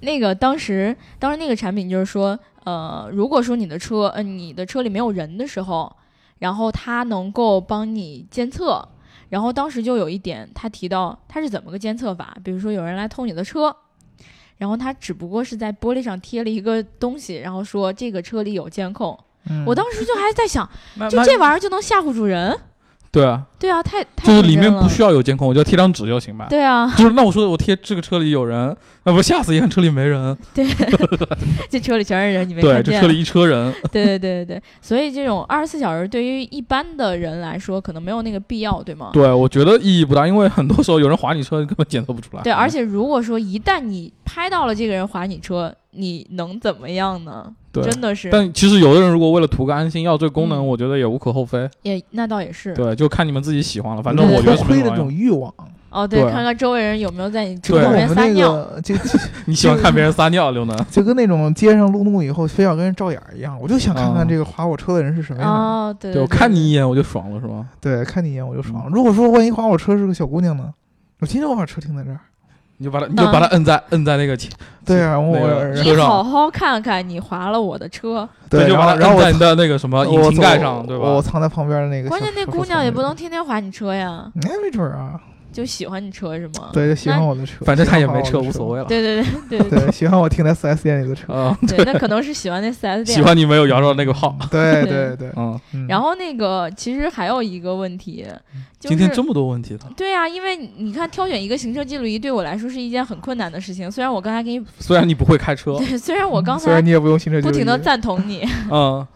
Speaker 1: 那个当时当时那个产品就是说，呃，如果说你的车，呃，你的车里没有人的时候，然后它能够帮你监测。然后当时就有一点，他提到他是怎么个监测法，比如说有人来偷你的车，然后他只不过是在玻璃上贴了一个东西，然后说这个车里有监控。
Speaker 2: 嗯
Speaker 1: 我当时就还在 想，
Speaker 3: 那
Speaker 1: 就
Speaker 3: 那
Speaker 1: 这玩意儿就能吓唬住人？
Speaker 3: 对啊，
Speaker 1: 对啊，太太
Speaker 3: 就是
Speaker 1: 天
Speaker 3: 里
Speaker 1: 真
Speaker 3: 面
Speaker 1: 了
Speaker 3: 不需要有监控，我就贴张纸就行吧。
Speaker 1: 对啊，
Speaker 3: 就是那我说我贴这个车里有人，那不吓死一看车里没人，
Speaker 1: 这车里全是人，你没
Speaker 3: 对，
Speaker 1: 看见？哦
Speaker 3: 这车里一车人，
Speaker 1: 对对对对对，所以这种二十四小时对于一般的人来说，可能没有那个必要，对吗？
Speaker 3: 对我觉得意义不大，因为很多时候有人划你车你根本检测不出来。
Speaker 1: 对而且如果说一旦你拍到了这个人划你车，你能怎么样呢？
Speaker 3: 对
Speaker 1: 真的是，
Speaker 3: 但其实有的人如果为了图个安心要这个功能，
Speaker 1: 嗯
Speaker 3: 我觉得也无可厚非。
Speaker 1: 也那倒也是，
Speaker 3: 对，就看你们自己喜欢了，反
Speaker 1: 那
Speaker 3: 正
Speaker 1: 对
Speaker 3: 我觉
Speaker 2: 偷
Speaker 3: 得是没
Speaker 2: 窥
Speaker 3: 什
Speaker 2: 的这
Speaker 3: 么用
Speaker 2: 种欲望，
Speaker 1: 哦，对，
Speaker 3: 对
Speaker 1: 看看周围人有没有在你
Speaker 2: 就
Speaker 1: 旁
Speaker 2: 跟我
Speaker 1: 边
Speaker 2: 们
Speaker 1: 撒
Speaker 2: 那
Speaker 1: 尿。
Speaker 2: 个就 就
Speaker 3: 你喜欢看别人撒尿，刘能？
Speaker 2: 就跟那种街上路怒以后非要跟人照眼儿一样，我就想看看
Speaker 3: 嗯
Speaker 2: 这个划我车的人是什么样的。
Speaker 1: 哦，对
Speaker 3: 对我看你一眼我就爽了，是吗？
Speaker 2: 对，看你一眼我就爽了。
Speaker 3: 嗯
Speaker 2: 如果说万一划我车是个小姑娘呢？我今天我把车停在这儿。
Speaker 3: 你就把他，你就把他摁在摁在那个前，
Speaker 2: 对啊，我
Speaker 3: 那个
Speaker 2: 然后
Speaker 1: 你好好看看，你划了我的车。
Speaker 2: 对，
Speaker 3: 就
Speaker 2: 然
Speaker 3: 把
Speaker 2: 后
Speaker 3: 他
Speaker 2: 然后
Speaker 3: 摁
Speaker 2: 我
Speaker 3: 在你的那个什么
Speaker 2: 我
Speaker 3: 引擎
Speaker 2: 走
Speaker 3: 盖上，对吧？
Speaker 2: 我藏在旁边的那个小。
Speaker 1: 关键那
Speaker 2: 小
Speaker 1: 姑娘也不能
Speaker 2: 小
Speaker 1: 天天划你车呀，
Speaker 2: 丛林里，那没准儿啊。
Speaker 1: 就喜欢你车是吗？
Speaker 2: 对，就喜欢我的车，
Speaker 3: 反正他也
Speaker 2: 喜欢
Speaker 3: 没
Speaker 2: 我的
Speaker 3: 车，无所。谓了。
Speaker 1: 对对对对
Speaker 2: 对，喜欢我停在4 S 店里的车。
Speaker 3: 啊，
Speaker 1: 对， 那可能是喜欢那 4S 店。
Speaker 3: 喜欢你没有摇到那个号。
Speaker 2: 对
Speaker 1: 对
Speaker 2: 对对，
Speaker 3: 嗯，
Speaker 2: 嗯
Speaker 1: 然后那个其实还有一个问题，就是
Speaker 3: 嗯今天这么多问题了，
Speaker 1: 对啊，因为你看挑选一个行车记录仪对我来说是一件很困难的事情。虽然我刚才给你，
Speaker 3: 虽然你不会开车，
Speaker 1: 对，虽然我刚
Speaker 2: 嗯虽然
Speaker 1: 才
Speaker 2: 你也不用行车记录
Speaker 1: 不
Speaker 2: 仪，
Speaker 1: 停的赞同你，
Speaker 3: 嗯，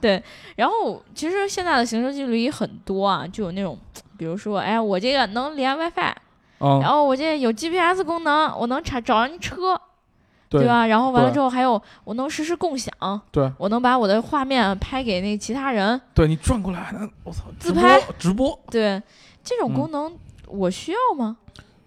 Speaker 1: 然后其实现在的行车记录仪很多啊，就有那种，比如说，哎，我这个能连 WiFi，然
Speaker 3: 嗯，
Speaker 1: 后我这有 GPS 功能，我能查找人车，
Speaker 3: 对
Speaker 1: 对？吧？然后完了
Speaker 3: 对
Speaker 1: 之后还有我能实时共享，
Speaker 3: 对
Speaker 1: 我能把我的画面拍给那其他人，
Speaker 3: 对你转过来，那我操，
Speaker 1: 自
Speaker 3: 直播
Speaker 1: 拍
Speaker 3: 直播，
Speaker 1: 对，这种
Speaker 3: 嗯
Speaker 1: 功能我需要吗？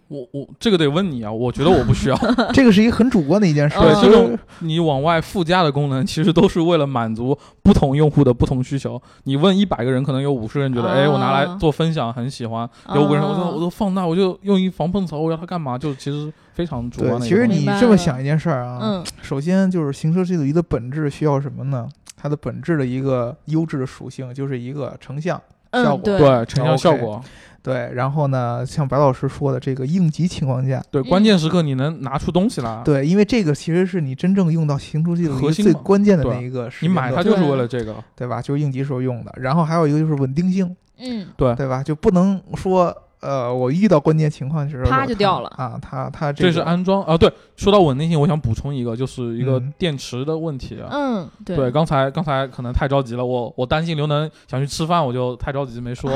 Speaker 3: 我我这个得问你啊，我觉得我不需要。
Speaker 2: 这个是一个很主观的一件事。
Speaker 1: 对
Speaker 2: 就是
Speaker 3: 这种你往外附加的功能，其实都是为了满足不同用户的不同需求。你问一百个人，可能有五十人觉得，
Speaker 1: 啊
Speaker 3: 哎，我拿来做分享很喜欢；有五个人，我
Speaker 1: 哦
Speaker 3: 说我都放大，我就用一防碰槽，我要它干嘛？就其实非常主观
Speaker 2: 对，
Speaker 3: 的一
Speaker 2: 其
Speaker 3: 个
Speaker 2: 实
Speaker 3: 东西。
Speaker 2: 你这么想一件事儿啊，
Speaker 1: 嗯
Speaker 2: 首先就是行车记录仪的本质需要什么呢？它的本质的一个优质的属性就是一个成像，效
Speaker 1: 嗯，
Speaker 2: 果
Speaker 1: 对，
Speaker 3: 对成像效果，
Speaker 2: 对。然后呢，像白老师说的，这个应急情况下，
Speaker 3: 对
Speaker 1: 嗯
Speaker 3: 关键时刻你能拿出东西来。
Speaker 2: 对，因为这个其实是你真正用到行车记录
Speaker 3: 啊核
Speaker 2: 仪
Speaker 3: 心
Speaker 2: 最
Speaker 3: 嘛
Speaker 2: 关键的
Speaker 3: 对啊
Speaker 2: 那一个时
Speaker 3: 你
Speaker 2: 间
Speaker 3: 买它
Speaker 2: 段
Speaker 3: 就是为了这个，
Speaker 2: 对吧？就是应急时候用的。然后还有一个就是稳定性，
Speaker 1: 嗯，
Speaker 2: 对吧？就不能说呃，我遇到关键情况的时候
Speaker 1: 啪
Speaker 2: 我
Speaker 1: 就
Speaker 2: 它
Speaker 1: 掉了
Speaker 2: 啊，它它
Speaker 3: 这
Speaker 2: 个
Speaker 3: 是安装啊。对，说到稳定性，我想补充一个，就是一个
Speaker 2: 嗯
Speaker 3: 电池的问题。啊
Speaker 1: 嗯，对
Speaker 3: 对，刚才刚才可能太着急了，我我担心刘能想去吃饭，我就太着急 没说。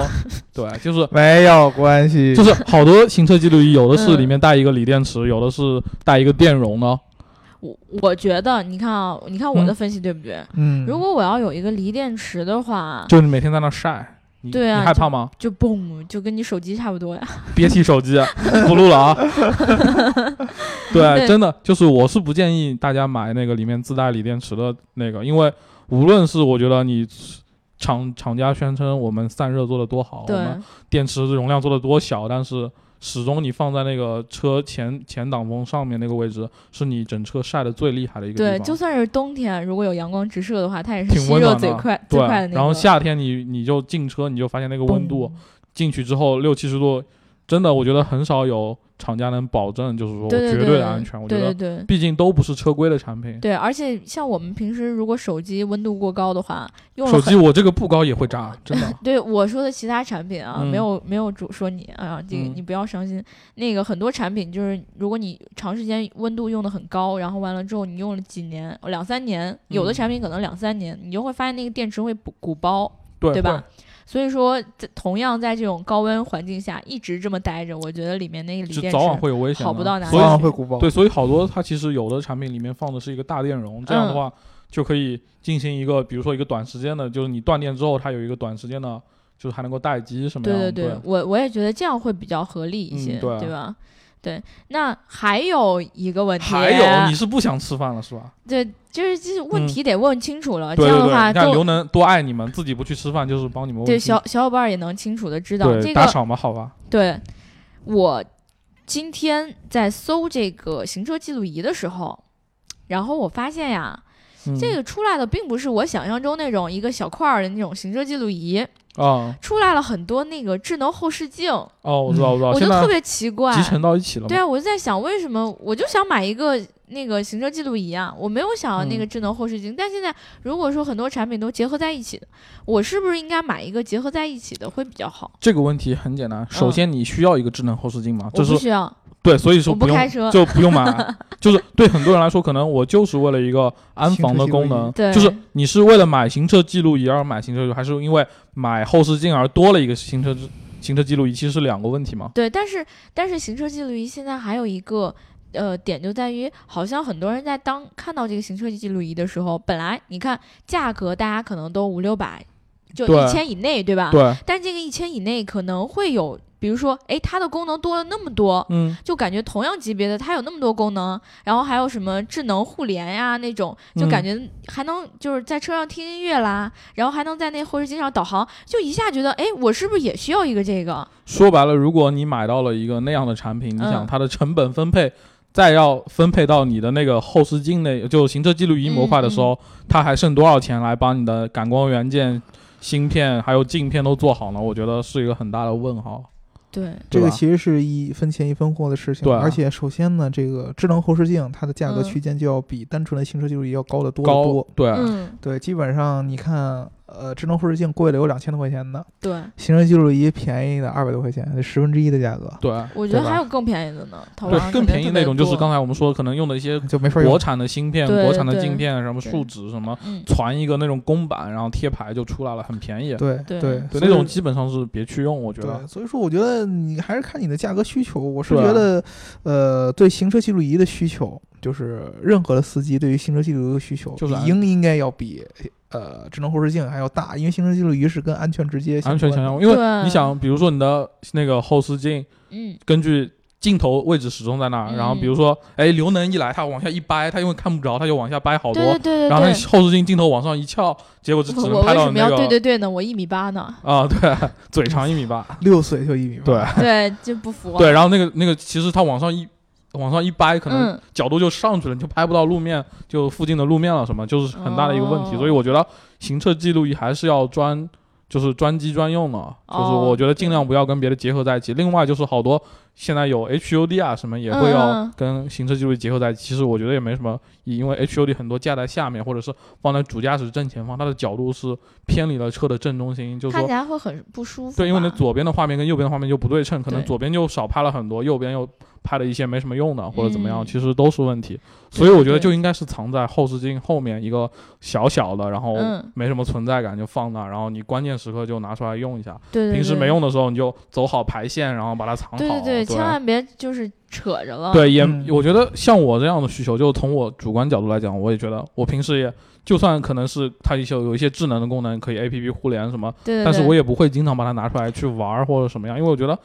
Speaker 3: 对，就是
Speaker 2: 没有关系，
Speaker 3: 就是好多行车记录仪，有的
Speaker 1: 嗯
Speaker 3: 是
Speaker 1: 啊
Speaker 3: 里面带一个锂电池，有的是带一个电容的。
Speaker 1: 我我觉得，你看啊，你看我的分析对不对？
Speaker 2: 嗯，
Speaker 1: 如果我要有一个锂电池的话，
Speaker 3: 就是你每天在那晒，你
Speaker 1: 对啊
Speaker 3: 你害怕吗？
Speaker 1: 就嘣，就跟你手机差不多呀。
Speaker 3: 别提 手机，不录了啊。
Speaker 1: 对
Speaker 3: 对，真的就是我是不建议大家买那个里面自带锂电池的那个，因为无论是我觉得你厂厂家宣称我们散热做的多好，我
Speaker 1: 对
Speaker 3: 们，电池容量做的多小，但是始终你放在那个车前前挡风上面那个位置，是你整车晒的最厉害的一个地
Speaker 1: 对，
Speaker 3: 方。
Speaker 1: 就算是冬天，如果有阳光直射的话，它也是
Speaker 3: 挺
Speaker 1: 吸
Speaker 3: 温
Speaker 1: 热
Speaker 3: 暖的
Speaker 1: 最快最
Speaker 3: 对，
Speaker 1: 快的那个。
Speaker 3: 然后夏天你你就进车，你就发现那个温度
Speaker 1: 嘣，
Speaker 3: 进去之后六七十度，真的我觉得很少有厂家能保证，就是说我
Speaker 1: 对对
Speaker 3: 哦绝
Speaker 1: 对
Speaker 3: 的安全。我
Speaker 1: 对
Speaker 3: 觉
Speaker 1: 对
Speaker 3: 得
Speaker 1: 对
Speaker 3: 毕竟都不是车规的产品，
Speaker 1: 对，而且像我们平时如果手机温度过高的话，用了
Speaker 3: 手
Speaker 1: 很。
Speaker 3: 机我这个不高也会炸，真的
Speaker 1: 对我说的其他产品啊，
Speaker 3: 嗯
Speaker 1: 没有没有主说你啊，这个
Speaker 3: 嗯
Speaker 1: 你不要伤心。那个很多产品就是，如果你长时间温度用的很高，然后完了之后你用了几年、两三年，有的产
Speaker 3: 嗯
Speaker 1: 品可能两三年，你就会发现那个电池会鼓鼓包。
Speaker 3: 对
Speaker 1: 对
Speaker 3: 对
Speaker 1: 吧？所以说，在同样在这种高温环境下一直这么待着，我觉得里面那个锂
Speaker 3: 就
Speaker 1: 电池
Speaker 3: 早晚会有危险的，
Speaker 1: 好不到哪里
Speaker 3: 所
Speaker 2: 早
Speaker 3: 以
Speaker 2: 晚会鼓包。
Speaker 3: 对，所以好多它其实有的产品里面放的是一个大电容，这样的
Speaker 1: 嗯
Speaker 3: 话就可以进行一个，比如说一个短时间的，就是你断电之后，它有一个短时间的，就是还能够待机什么
Speaker 1: 对
Speaker 3: 样
Speaker 1: 对
Speaker 3: 的。
Speaker 1: 对，我我也觉得这样会比较合理一
Speaker 3: 嗯
Speaker 1: 些，
Speaker 3: 对啊
Speaker 1: 对吧？对，那还有一个问题，
Speaker 3: 还有，你是不想吃饭了是吧？
Speaker 1: 对，就是这问
Speaker 3: 嗯
Speaker 1: 题得问清楚了，
Speaker 3: 对
Speaker 1: 这
Speaker 3: 对
Speaker 1: 样
Speaker 3: 对，
Speaker 1: 的话
Speaker 3: 你看
Speaker 1: 都
Speaker 3: 刘能多爱你们，自己不去吃饭就是帮你们问
Speaker 1: 对
Speaker 3: 清
Speaker 1: 小小伙伴儿也能清楚的知道
Speaker 3: 对、
Speaker 1: 这
Speaker 3: 打
Speaker 1: 个。
Speaker 3: 赏吧，好吧，
Speaker 1: 对，我今天在搜这个行车记录仪的时候，然后我发现呀，
Speaker 3: 嗯、
Speaker 1: 这个出来的并不是我想象中那种一个小块儿的那种行车记录仪，
Speaker 3: 啊
Speaker 1: 出来了很多那个智能后视镜，
Speaker 3: 哦，我知道，我知道，
Speaker 1: 嗯我就
Speaker 3: 现
Speaker 1: 特
Speaker 3: 在
Speaker 1: 别奇怪
Speaker 3: 集。成到一起了嘛。
Speaker 1: 对啊，我就在想为什么，我就想买一个那个行车记录仪啊，我没有想要那
Speaker 3: 嗯
Speaker 1: 个智能后视镜。但现在如果说很多产品都结合在一起的，我是不是应该买一个结合在一起的会比较好？
Speaker 3: 这个问题很简单，首先你需要一个智能后视镜嘛，
Speaker 1: 嗯
Speaker 3: 就
Speaker 1: 我不
Speaker 3: 啊是
Speaker 1: 需要。
Speaker 3: 对，所以说
Speaker 1: 我不
Speaker 3: 用
Speaker 1: 开车
Speaker 3: 就不 用买，就是对很多人来说，可能我就是为了一个安防的功能，
Speaker 1: 行车记录仪对
Speaker 3: 就是你是为了买行车记录仪而买行车记录仪，还是因为买后视镜而多了一个行车行车记录仪，其实是两个问题嘛。
Speaker 1: 对，但是但是行车记录仪现在还有一个呃点就在于，好像很多人在当看到这个行车记录仪的时候，本来你看价格大家可能都五六百就
Speaker 3: 对
Speaker 1: 一千以内，对吧？
Speaker 3: 对，
Speaker 1: 但这个一千以内可能会有，比如说，哎，它的功能多了那么多，
Speaker 3: 嗯，
Speaker 1: 就感觉同样级别的它有那么多功能，然后还有什么智能互联呀、那种，就
Speaker 3: 嗯
Speaker 1: 感觉还能就是在车上听音乐啦，然后还能在那后视镜上导航，就一下觉得，哎，我是不是也需要一个这个？
Speaker 3: 说白了，如果你买到了一个那样的产品，你想
Speaker 1: 嗯
Speaker 3: 它的成本分配，再要分配到你的那个后视镜内，就行车记录仪模块的时
Speaker 1: 嗯
Speaker 3: 候，它还剩多少钱来帮你的感光元件、芯片还有镜片都做好呢？我觉得是一个很大的问号。
Speaker 1: 对，
Speaker 2: 这
Speaker 3: 对
Speaker 2: 个
Speaker 3: 吧
Speaker 2: 其实是一分钱一分货的事情，
Speaker 3: 对啊
Speaker 2: 而且首先呢，这个智能后视镜它的价格
Speaker 1: 嗯
Speaker 2: 区间就要比单纯的行车记录仪要高得多得
Speaker 3: 高
Speaker 2: 多。
Speaker 3: 对，啊
Speaker 1: 嗯，
Speaker 2: 对，基本上你看，呃，智能后视镜贵了有两千多块钱的，
Speaker 1: 对，
Speaker 2: 行车记录仪便宜的二百多块钱，这十分之一的价格
Speaker 3: 对，啊
Speaker 1: 我觉得
Speaker 2: 对吧
Speaker 1: 还有更便宜的呢，淘宝上
Speaker 3: 对，更
Speaker 1: 肯定
Speaker 3: 便宜
Speaker 1: 特别
Speaker 3: 那种就是
Speaker 1: 多
Speaker 3: 刚才我们说可能用的 一些
Speaker 2: 就没法
Speaker 3: 国
Speaker 2: 用。
Speaker 3: 产的芯片、
Speaker 1: 对
Speaker 3: 国产的
Speaker 1: 对
Speaker 3: 镜片，什么
Speaker 1: 对
Speaker 3: 树脂什么，
Speaker 1: 嗯，
Speaker 3: 传一个那种公版，然后贴牌就出来了，很便宜。
Speaker 2: 对
Speaker 1: 对
Speaker 2: 对
Speaker 3: 对，
Speaker 2: 所
Speaker 3: 那
Speaker 2: 以
Speaker 3: 种基本上是别去用，我觉得
Speaker 2: 对，。所以说我觉得你还是看你的价格需求。我是
Speaker 3: 对啊
Speaker 2: 觉得，呃，对行车记录仪的需求，就是任何的司机对于行车记录仪的需求，
Speaker 3: 就是安
Speaker 2: 应应该要比呃智能后视镜还要大，因为行车记录仪是跟安全直接
Speaker 3: 安全相
Speaker 2: 相关
Speaker 3: 关，
Speaker 2: 的。
Speaker 3: 因为
Speaker 1: 对
Speaker 3: 你想，比如说你的那个后视镜，
Speaker 1: 嗯，
Speaker 3: 根据镜头位置始终在那儿，
Speaker 1: 嗯
Speaker 3: 然后比如说，哎，刘能一来，他往下一掰，他因为看不着，他就往下掰好
Speaker 1: 对
Speaker 3: 多，
Speaker 1: 对对对
Speaker 3: 然后那
Speaker 1: 对。
Speaker 3: 后视镜镜头往上一翘，结果就只
Speaker 1: 我
Speaker 3: 能
Speaker 1: 为
Speaker 3: 拍到
Speaker 1: 什么
Speaker 3: 那
Speaker 1: 要
Speaker 3: 个
Speaker 1: 对对对呢？我一米八 呢，
Speaker 3: 啊，对，嘴长一米八，
Speaker 2: 六岁就一米八，
Speaker 3: 对
Speaker 1: 对，就不服啊。
Speaker 3: 对，然后那个那个其实他往上一往上一掰，可能
Speaker 1: 嗯
Speaker 3: 角度就上去了，你就拍不到路面，就附近的路面了，什么就是很大的一个问题。
Speaker 1: 哦
Speaker 3: 所以我觉得行车记录仪还是要专，就是专机专用的，啊
Speaker 1: 哦
Speaker 3: 就是我觉得尽量不要跟别的结合在一起。另外就是好多现在有 HUD 啊什么也会
Speaker 1: 嗯
Speaker 3: 要
Speaker 1: 嗯
Speaker 3: 跟行车记录仪结合在一起，其实我觉得也没什么意义，因为 HUD 很多架在下面或者是放在主驾驶正前方，它的角度是偏离了车的正中心，就是
Speaker 1: 看
Speaker 3: 说
Speaker 1: 起来会很不舒服吧。
Speaker 3: 对，因为你左边的画面跟右边的画面就不对称，可能
Speaker 1: 对
Speaker 3: 左边就少拍了很多，右边又拍了一些没什么用的，或者怎么样，
Speaker 1: 嗯
Speaker 3: 其实都是问题。
Speaker 1: 对
Speaker 3: 所以我觉得
Speaker 1: 对
Speaker 3: 就应该是藏在后视镜后面一个小小的，然后
Speaker 1: 嗯
Speaker 3: 没什么存在感就放那，然后你关键时刻就拿出来用一下。
Speaker 1: 对对对
Speaker 3: 平时没用的时候你就走好排线，然后把它藏好。啊
Speaker 1: 对对
Speaker 3: 对，
Speaker 1: 千
Speaker 3: 啊
Speaker 1: 万别就是扯着了。
Speaker 3: 对，也、
Speaker 2: 嗯
Speaker 3: 我觉得像我这样的需求，就从我主观角度来讲，我也觉得我平时也就算可能是它一些有一些智能的功能，可以 A P P 互联什么，
Speaker 1: 对对对。
Speaker 3: 但是我也不会经常把它拿出来去玩儿或者什么样，因为我觉得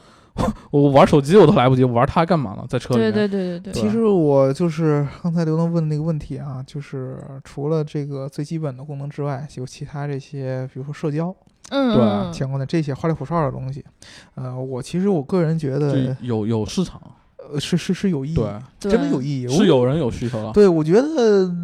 Speaker 3: 我玩手机我都来不及，我玩它干嘛呢？在车里
Speaker 1: 对
Speaker 3: 面。
Speaker 1: 对对对对，
Speaker 2: 其实我就是刚才刘能问的那个问题啊，就是除了这个最基本的功能之外，有其他这些，比如说社交
Speaker 1: 嗯
Speaker 3: 对
Speaker 1: 嗯
Speaker 2: 相关的这些花里胡哨的东西。呃，我其实我个人觉得
Speaker 3: 就有有市场，
Speaker 2: 呃是是是有意义
Speaker 3: 对
Speaker 2: 的，，真的有意义，
Speaker 3: 是
Speaker 2: 有。
Speaker 3: 有人有需求了，
Speaker 2: 对，我觉得，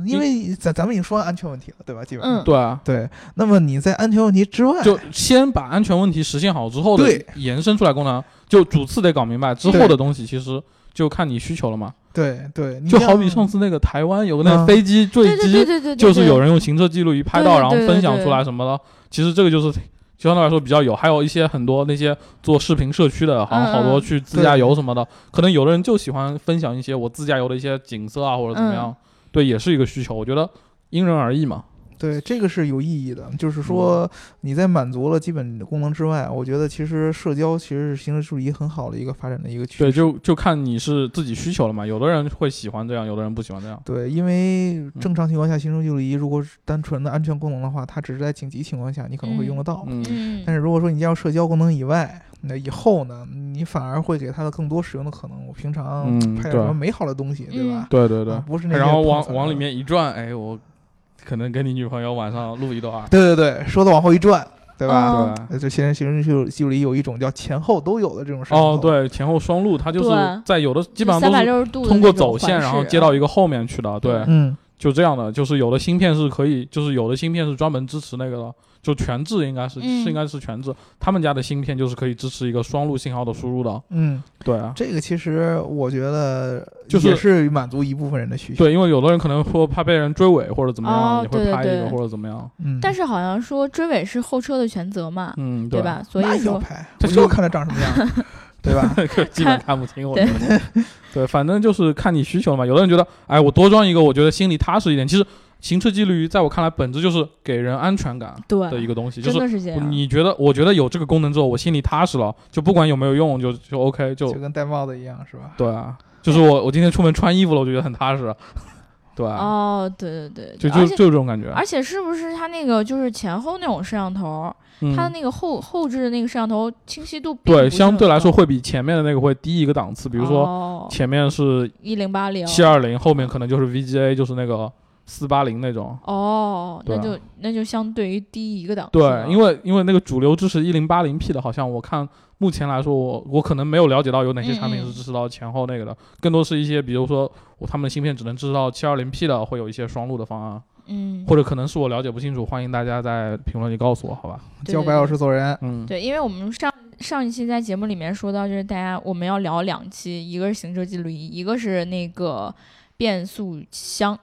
Speaker 2: 因为咱咱们已经说完安全问题了，对吧？基本上，
Speaker 1: 嗯
Speaker 3: 对啊，
Speaker 2: 对。那么你在安全问题之外，
Speaker 3: 就先把安全问题实现好之后的
Speaker 2: 对
Speaker 3: 延伸出来功能，就主次得搞明白，之后
Speaker 2: 对
Speaker 3: 的东西其实就看你需求了嘛。
Speaker 2: 对对，你
Speaker 3: 就
Speaker 2: 像
Speaker 3: 好比上次那个台湾有个那个
Speaker 2: 嗯
Speaker 3: 飞机坠
Speaker 1: 对对对
Speaker 3: 机，
Speaker 1: 对对，
Speaker 3: 就是有人用行车记录仪拍到，
Speaker 1: 对
Speaker 3: 然后
Speaker 1: 对对
Speaker 3: 分享
Speaker 1: 对
Speaker 3: 出来什么的，其实这个就是。就相对来说比较有，还有一些很多那些做视频社区的，好像好
Speaker 1: 嗯
Speaker 3: 多
Speaker 1: 嗯
Speaker 3: 去自驾游什么的，可能有的人就喜欢分享一些我自驾游的一些景色啊，或者怎么样，
Speaker 1: 嗯
Speaker 3: 对，也是一个需求。我觉得因人而异嘛。
Speaker 2: 对这个是有意义的，
Speaker 3: 嗯
Speaker 2: 就是说你在满足了基本功能之外，我觉得其实社交其实是行车记录仪很好的一个发展的一个趋势。
Speaker 3: 对，就就看你是自己需求了嘛。有的人会喜欢这样，有的人不喜欢这样。
Speaker 2: 对，因
Speaker 3: 嗯
Speaker 2: 为正常情况下，行车记录仪如果是单纯的安全功能的话，它只是在紧急情况下你可能会用得到。
Speaker 3: 嗯，
Speaker 1: 嗯，
Speaker 2: 但是如果说你加入社交功能以外，那以后呢，你反而会给它的更多使用的可能。我平常
Speaker 3: 嗯
Speaker 2: 拍点
Speaker 3: 对
Speaker 2: 什么美好的东西，对
Speaker 1: 嗯
Speaker 2: 吧？
Speaker 3: 对对对
Speaker 2: 啊。不是那些啊
Speaker 3: 然后往
Speaker 2: 碰瓷儿的
Speaker 3: 往里。面一转，哎，我可能跟你女朋友晚上录一段啊，
Speaker 2: 对对对，说的往后一转，对吧？
Speaker 1: 哦
Speaker 3: 对吧？
Speaker 2: 呃就现在行车记录记录仪有一种叫前后都有的这种摄像头
Speaker 3: 哦，，对，前后双录，它就是
Speaker 1: 对
Speaker 3: 在有的基本上
Speaker 1: 三
Speaker 3: 都
Speaker 1: 百
Speaker 3: 是
Speaker 1: 六十度
Speaker 3: 通过走线，然后接到一
Speaker 1: 个
Speaker 3: 个后面去的，对，
Speaker 2: 嗯，
Speaker 3: 就这样的。就是有的芯片是可以，就是有的芯片是专门支持那个的，就全制应该是、
Speaker 1: 嗯
Speaker 3: 是应该是全制，他们家的芯片就是可以支持一个双路信号的输入的，
Speaker 2: 嗯，
Speaker 3: 对啊。
Speaker 2: 这个其实我觉得
Speaker 3: 就是
Speaker 2: 也是满足一部分人的需求。
Speaker 3: 对，因为有的人可能说怕被人追尾或者怎么样，
Speaker 1: 哦
Speaker 3: 你会
Speaker 1: 对对
Speaker 3: 拍一个
Speaker 1: 对
Speaker 3: 或者怎么样，
Speaker 2: 嗯，
Speaker 1: 但是好像说追尾是后车的全责嘛，
Speaker 3: 嗯，
Speaker 1: 对
Speaker 3: 对？
Speaker 1: 吧？所
Speaker 2: 那
Speaker 1: 以
Speaker 2: 也要
Speaker 1: 说，
Speaker 2: 拍，
Speaker 3: 这
Speaker 2: 我
Speaker 3: 就
Speaker 2: 就看它长什么样， 对吧？
Speaker 3: 基本看不清，我觉得。 对，反正就是看你需求嘛。有的人觉得，哎，我多装一个，我觉得心里踏实一点。其实行车记录仪在我看来，本质就是给人安全感的一
Speaker 1: 对，
Speaker 3: 个东西，就
Speaker 1: 真
Speaker 3: 是
Speaker 1: 的是这样。
Speaker 3: 你觉得，我觉得有这个功能之后，我心里踏实了，就不管有没有用，就就 OK，就
Speaker 2: 就跟戴帽子一样，是吧？
Speaker 3: 对啊，就是我我今天出门穿衣服了，我就觉得很踏实。 对吧？
Speaker 1: 哦，对对对，
Speaker 3: 就就
Speaker 1: 而且
Speaker 3: 就这种感觉。
Speaker 1: 而且是不是它那个就是前后那种摄像头，
Speaker 3: 嗯
Speaker 1: 它的那个后后置的那个摄像头清晰度并不
Speaker 3: 对，
Speaker 1: 是
Speaker 3: 相对
Speaker 1: 很
Speaker 3: 来说
Speaker 1: 高，
Speaker 3: 会比前面的那个会低一个档次，比如说
Speaker 1: 说
Speaker 3: 前面是
Speaker 1: 一零八零
Speaker 3: 七二零，后面可能就是 VGA，就是那个四八零那种。
Speaker 1: 哦，
Speaker 3: 对
Speaker 1: 那
Speaker 3: 啊
Speaker 1: 就那就相对于低一个档次了，
Speaker 3: 对，因为因为那个主流支持一零八零 P 的，好像我看目前来说，我我可能没有了解到有哪些产品
Speaker 1: 嗯嗯
Speaker 3: 是支持到前后那个的，更多是一些比如说我他们的芯片只能支持到七二零 P 的，会有一些双路的方案，
Speaker 1: 嗯，
Speaker 3: 或者可能是我了解不清楚，欢迎大家在评论里告诉我，好吧？
Speaker 1: 对
Speaker 2: 教
Speaker 1: 对
Speaker 2: 白
Speaker 1: 对
Speaker 2: 老师做人，
Speaker 3: 嗯，
Speaker 1: 对，因为我们上上一期在节目里面说到，就是大家我们要聊两期，一个是行车记录仪，一个是那个变速箱。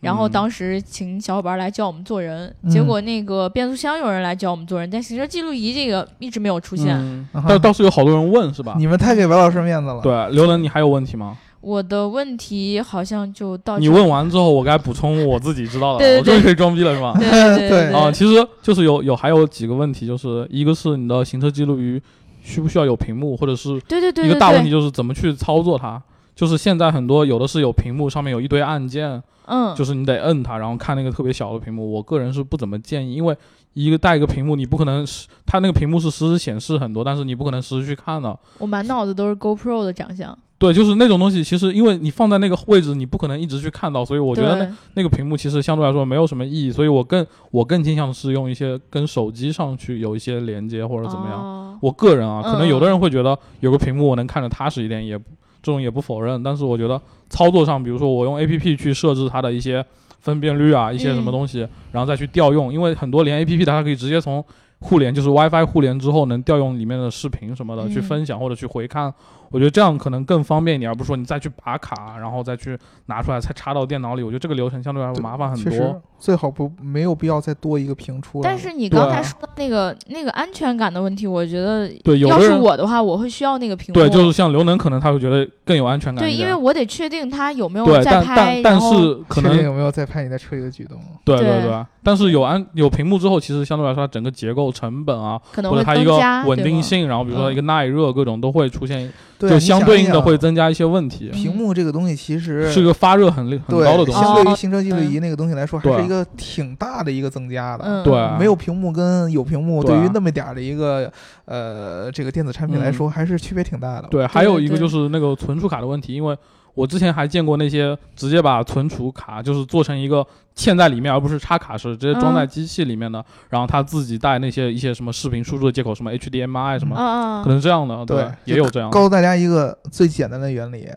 Speaker 1: 然后
Speaker 3: 嗯
Speaker 1: 当时请小伙伴来教我们做人，结
Speaker 2: 嗯
Speaker 1: 果那个变速箱有人来教我们做人，但行车记录仪这个一直没有出现。
Speaker 3: 嗯
Speaker 2: 啊哈
Speaker 3: 但倒是有好多人问 是吧？
Speaker 2: 你们太给白老师面子了。，
Speaker 3: 对，刘能，你还有问题吗？
Speaker 1: 我的问题好像就到
Speaker 3: 你
Speaker 1: 哦这儿
Speaker 3: 问完之后，我该补充我自己知道的，
Speaker 1: 对对
Speaker 3: 我终于可以装逼了，是吧？
Speaker 1: 对对
Speaker 2: 对
Speaker 1: 对对
Speaker 3: 啊，其实就是有有还有几个问题，就是一个是你的行车记录仪需不需要有屏幕，或者是
Speaker 1: 对对对
Speaker 3: 一个
Speaker 1: 对
Speaker 3: 大
Speaker 1: 对
Speaker 3: 问题就是怎么去操作它。就是现在很多有的是有屏幕，上面有一堆按键，
Speaker 1: 嗯，
Speaker 3: 就是你得摁它，然后看那个特别小的屏幕。我个人是不怎么建议，因为一个带一个屏幕，你不可能是它那个屏幕是实时显示很多，但是你不可能实时去看的。
Speaker 1: 我满脑子都是 GoPro 的长相。
Speaker 3: 对，就是那种东西，其实因为你放在那个位置，你不可能一直去看到，所以我觉得那
Speaker 1: 对
Speaker 3: 那个屏幕其实相对来说没有什么意义，所以我更我更倾向是用一些跟手机上去有一些连接或者怎么样。
Speaker 1: 哦
Speaker 3: 我个人啊，可能
Speaker 1: 嗯
Speaker 3: 有的人会觉得有个屏幕我能看着踏实一点，也不这种也不否认。但是我觉得操作上，比如说我用 A P P 去设置它的一些分辨率啊，一些什么
Speaker 1: 嗯
Speaker 3: 东西，然后再去调用，因为很多连 A P P 它可以直接从互联，就是 WiFi 互联之后能调用里面的视频什么的、
Speaker 1: 嗯
Speaker 3: 去分享或者去回看。我觉得这样可能更方便一点，而不是说你再去拔卡，然后再去拿出来再插到电脑里。我觉得这个流程相对来说
Speaker 2: 对
Speaker 3: 麻烦很
Speaker 2: 确
Speaker 3: 多
Speaker 2: 实。最好不没有必要再多一个屏出来了。
Speaker 1: 但是你
Speaker 3: 对
Speaker 1: 刚
Speaker 3: 啊
Speaker 1: 才说的那个那个安全感的问题，我觉得
Speaker 3: 对，有
Speaker 1: 要
Speaker 3: 的
Speaker 1: 是
Speaker 3: 人
Speaker 1: 我的话，我会需要那个屏幕。
Speaker 3: 对，就是像刘能，可能他会觉得更有安全感
Speaker 1: 对，
Speaker 3: 一点
Speaker 1: 因为我得确定他有没有
Speaker 3: 对，
Speaker 1: 在
Speaker 3: 但
Speaker 1: 拍，
Speaker 3: 但但
Speaker 1: 然后
Speaker 3: 是可
Speaker 2: 确定
Speaker 3: 能
Speaker 2: 有没有再拍你在车里的举动？
Speaker 3: 对对
Speaker 1: 对
Speaker 3: 对，但是有安有屏幕之后，其实相对来说，它整个结构成本啊，
Speaker 1: 可能
Speaker 3: 或
Speaker 1: 会
Speaker 3: 者它一
Speaker 1: 增
Speaker 3: 个
Speaker 1: 加
Speaker 3: 稳定。
Speaker 1: 对吧
Speaker 3: 性，然后比如说
Speaker 1: 嗯
Speaker 3: 一个耐热，各种都会出现，
Speaker 2: 对，啊
Speaker 3: 就
Speaker 2: 你
Speaker 3: 相
Speaker 2: 想
Speaker 3: 对
Speaker 2: 一
Speaker 3: 应的
Speaker 2: 想
Speaker 3: 会增加一些问题，
Speaker 2: 屏幕这个东西其实
Speaker 3: 是一个发热很厉很
Speaker 2: 对
Speaker 3: 高的东西。
Speaker 2: 相对于
Speaker 1: 哦
Speaker 2: 行车记录仪那个东西来说，还
Speaker 3: 对啊
Speaker 2: 是一个挺大的一个增加的。
Speaker 1: 嗯，
Speaker 3: 对啊
Speaker 2: 没有屏幕跟有屏幕，
Speaker 3: 对啊嗯
Speaker 2: 对于那么点儿的一个呃这个电子产品来说，还是区别挺大的。，
Speaker 3: 对，还有一个
Speaker 1: 对
Speaker 3: 就是那个存储卡的问题，因为我之前还见过那些直接把存储卡就是做成一个嵌在里面，而不是插卡式，直接装在
Speaker 1: 嗯
Speaker 3: 机器里面的，然后他自己带那些一些什么视频输出的接口，什么 HDMI 什么，
Speaker 1: 嗯嗯，
Speaker 3: 可能这样的，
Speaker 2: 对
Speaker 3: 也有这样的。
Speaker 2: 告诉大家一个最简单的原理，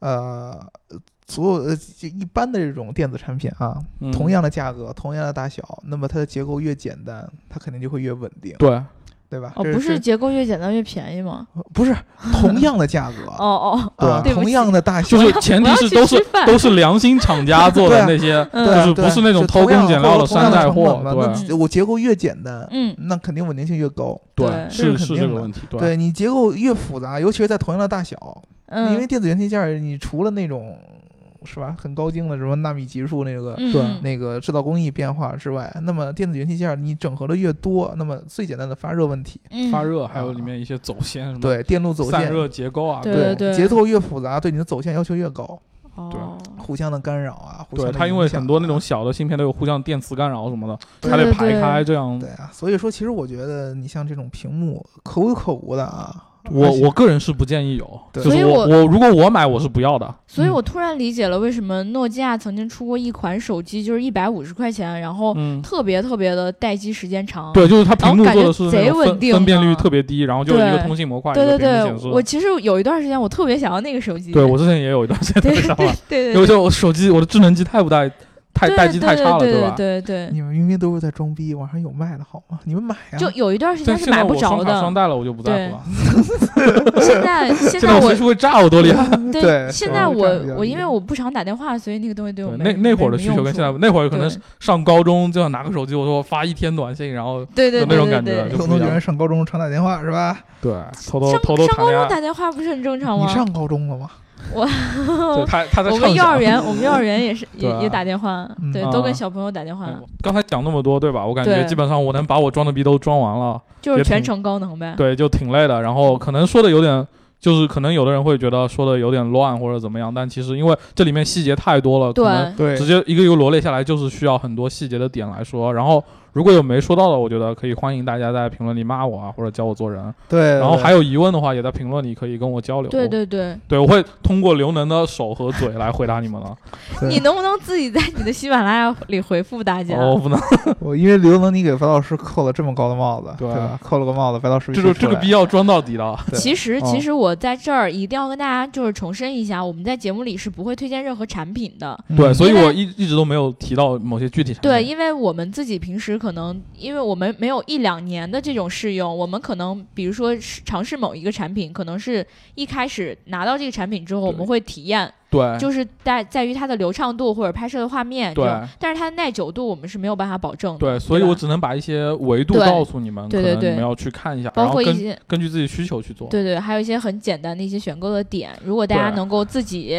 Speaker 2: 呃，所有呃就一般的这种电子产品啊，
Speaker 3: 嗯
Speaker 2: 同样的价格，同样的大小，那么它的结构越简单，它肯定就会越稳定，
Speaker 3: 对，
Speaker 2: 对吧？
Speaker 1: 哦，
Speaker 2: 这
Speaker 1: 不
Speaker 2: 是
Speaker 1: 是结构越简单越便宜吗？
Speaker 2: 不是 同样的价格
Speaker 1: 哦哦，
Speaker 3: 对
Speaker 2: 啊，
Speaker 1: 对不
Speaker 2: 同
Speaker 1: 起
Speaker 2: 样的大小
Speaker 3: 就。是前提是都
Speaker 1: 我要去
Speaker 3: 是
Speaker 1: 吃饭
Speaker 3: 都是良心厂 家做的那些，
Speaker 2: 对
Speaker 3: 就
Speaker 1: 嗯
Speaker 2: 啊
Speaker 3: 是
Speaker 2: 对
Speaker 3: 不是那种
Speaker 2: 就
Speaker 3: 偷
Speaker 2: 同样
Speaker 3: 工减料的
Speaker 2: 同样
Speaker 3: 山寨
Speaker 2: 成
Speaker 3: 货
Speaker 2: 本嘛
Speaker 3: 对
Speaker 2: 那我结构越简单，
Speaker 1: 嗯，
Speaker 2: 那肯定稳定性越高。
Speaker 1: 对
Speaker 3: 是
Speaker 2: 这是
Speaker 3: 是
Speaker 2: 啊肯
Speaker 3: 这
Speaker 2: 定
Speaker 3: 个
Speaker 2: 的
Speaker 3: 问题，对
Speaker 2: 对你结构越复杂，尤其是在同样的大小，
Speaker 1: 嗯，
Speaker 2: 因为电子元器件儿，你除了那种是吧很高精的什么纳米级数那个、
Speaker 1: 嗯
Speaker 3: 对
Speaker 1: 嗯
Speaker 2: 那个制造工艺变化之外，那么电子元器件儿你整合的越多，那么最简单的发热问题，
Speaker 1: 嗯
Speaker 3: 发热还有里面一些走线什么，，
Speaker 2: 对电路走
Speaker 3: 散
Speaker 2: 线，
Speaker 3: 热结构啊，
Speaker 1: 对
Speaker 3: 各种
Speaker 1: 对
Speaker 2: 结构越复杂，对你的走线要求越高，
Speaker 1: 哦，
Speaker 2: 互相的干扰啊，互相
Speaker 3: 对
Speaker 2: 的
Speaker 3: 它因
Speaker 2: 影
Speaker 3: 为
Speaker 2: 响
Speaker 3: 很多那
Speaker 2: 啊
Speaker 3: 种小的芯片都有互相电磁干扰什么的，
Speaker 1: 对
Speaker 3: 它得
Speaker 1: 对
Speaker 3: 排
Speaker 1: 对
Speaker 3: 开这样
Speaker 2: 对。啊，所以说其实我觉得你像这种屏幕可有可无的啊，
Speaker 3: 我
Speaker 2: 而且
Speaker 3: 我个人是不建议有，
Speaker 2: 对
Speaker 3: 就是
Speaker 1: 所以
Speaker 3: 我
Speaker 1: 我哦
Speaker 3: 我如果我买我是不要的，
Speaker 1: 所以我突然理解了为什么诺基亚曾经出过一款手机，就是一百五十块钱，然后
Speaker 3: 嗯，
Speaker 1: 特别特别的待机时间
Speaker 2: 啊
Speaker 1: 长。
Speaker 3: 对，就是它屏幕
Speaker 1: 然后感
Speaker 3: 做
Speaker 1: 觉
Speaker 3: 的是那
Speaker 1: 贼
Speaker 3: 种
Speaker 1: 稳
Speaker 3: 分
Speaker 1: 定
Speaker 3: 分辨率
Speaker 1: 呢
Speaker 3: 特别低，然后就一个
Speaker 1: 对
Speaker 3: 通信模块，一
Speaker 1: 对对
Speaker 3: 个屏幕
Speaker 1: 对
Speaker 3: 显示，
Speaker 1: 我其实有一段时间我特别想要那个手机。
Speaker 3: 对我之前也有一段时间
Speaker 1: 对
Speaker 3: 特别
Speaker 1: 对
Speaker 3: 想买，
Speaker 1: 对对
Speaker 3: 因为就我手机我的智能机太不带太
Speaker 1: 对
Speaker 3: 待机太差了，
Speaker 1: 对
Speaker 3: 吧？
Speaker 1: 对对对
Speaker 2: 你们明明都是在装逼，网上有卖的好吗？你们买啊呀、
Speaker 1: 就有一段时
Speaker 3: 但
Speaker 1: 间是
Speaker 3: 现在
Speaker 1: 买
Speaker 3: 我
Speaker 1: 不着
Speaker 3: 双卡双
Speaker 1: 的。
Speaker 3: 待了，我就不在乎了。
Speaker 1: 现在现
Speaker 3: 现
Speaker 1: 在
Speaker 3: 在
Speaker 1: 我
Speaker 3: 随时会炸我多厉害。
Speaker 2: 对
Speaker 1: 现
Speaker 2: 是
Speaker 1: 在
Speaker 2: 吧这样比
Speaker 1: 我
Speaker 2: 较
Speaker 1: 我
Speaker 2: 理
Speaker 1: 因为
Speaker 2: 解
Speaker 1: 我不常打电话，所以那个东西对我
Speaker 3: 对
Speaker 1: 没
Speaker 3: 那那会儿的
Speaker 1: 没
Speaker 3: 需求
Speaker 1: 用
Speaker 3: 跟现
Speaker 1: 处
Speaker 3: 在那会儿可能
Speaker 1: 对
Speaker 3: 是上高中就想拿个手机，我说我发一天短信，然后
Speaker 1: 对对
Speaker 3: 有
Speaker 1: 对
Speaker 3: 那种
Speaker 1: 对
Speaker 3: 感觉
Speaker 1: 对
Speaker 3: 就
Speaker 2: 有同学上高中常打电话是吧？
Speaker 3: 对偷偷
Speaker 1: 上
Speaker 3: 偷偷
Speaker 1: 上
Speaker 3: 谈
Speaker 1: 高
Speaker 3: 恋
Speaker 1: 中
Speaker 3: 爱。
Speaker 1: 打电话不是很正常
Speaker 2: 你
Speaker 1: 吗？
Speaker 2: 上高中了吗？
Speaker 3: 对他他在
Speaker 1: 我
Speaker 3: 畅
Speaker 1: 们幼
Speaker 3: 想
Speaker 1: 儿园，我们幼儿园也是也
Speaker 3: 对啊
Speaker 1: 也打电话
Speaker 2: 嗯，
Speaker 1: 对
Speaker 3: 啊，
Speaker 1: 都跟小朋友打电话，
Speaker 3: 嗯刚才讲那么多，对吧？我感觉
Speaker 1: 对
Speaker 3: 基本上我能把我装的逼都装完了，
Speaker 1: 就是
Speaker 3: 也挺嗯
Speaker 1: 全程高能呗。
Speaker 3: 对，就挺累的。然后可能说的有点就是可能有的人会觉得说的有点乱或者怎么样，但其实因为这里面细节太多了，可能
Speaker 1: 对，
Speaker 2: 对
Speaker 3: 直接一个一个罗列下来，就是需要很多细节的点来说。然后如果有没说到的，我觉得可以欢迎大家在评论里骂我啊，或者教我做人。
Speaker 2: 对，
Speaker 3: 然后还
Speaker 2: 有
Speaker 3: 有疑问的话，也在评论里可以跟我交流。
Speaker 1: 对对对，
Speaker 3: 对，我会通过刘能的手和嘴来回答你们的。
Speaker 1: 你能不能自己在你的喜马拉雅里回复大家？
Speaker 3: 哦，不能，
Speaker 2: 我因为刘能你给白老师扣了这么高的帽子，
Speaker 3: 对
Speaker 2: 对吧？扣了个帽子，白老师
Speaker 3: 这种这个逼要装到底的。
Speaker 2: 对
Speaker 1: 其实，
Speaker 3: 哦
Speaker 1: 其实我在这儿一定要跟大家就是重申一下，我们在节目里是不会推荐任何产品的。
Speaker 2: 嗯
Speaker 3: 对，所以
Speaker 1: 因为
Speaker 3: 我一一直都没有提到某些具体产品。
Speaker 1: 对，因为我们自己平时可能，因为我们没有一两年的这种试用，我们可能比如说是尝试某一个产品，可能是一开始拿到这个产品之后，我们
Speaker 3: 对哎
Speaker 1: 会体验，
Speaker 3: 对，
Speaker 1: 就是在在于它的流畅度或者拍摄的画面这
Speaker 3: 对
Speaker 1: 种，但是它的耐久度我们是没有办法保证的。
Speaker 3: 对，所以
Speaker 1: 吧
Speaker 3: 我只能把一些维度
Speaker 1: 对
Speaker 3: 告诉你们，
Speaker 1: 对对
Speaker 3: 可能
Speaker 1: 对
Speaker 3: 你们要去看一下，
Speaker 1: 包
Speaker 3: 然后
Speaker 1: 括一
Speaker 3: 根
Speaker 1: 些
Speaker 3: 根据自己需求去做。
Speaker 1: 对对，还有一些很简单的一些选购的点，如果大家
Speaker 3: 对
Speaker 1: 能够自己。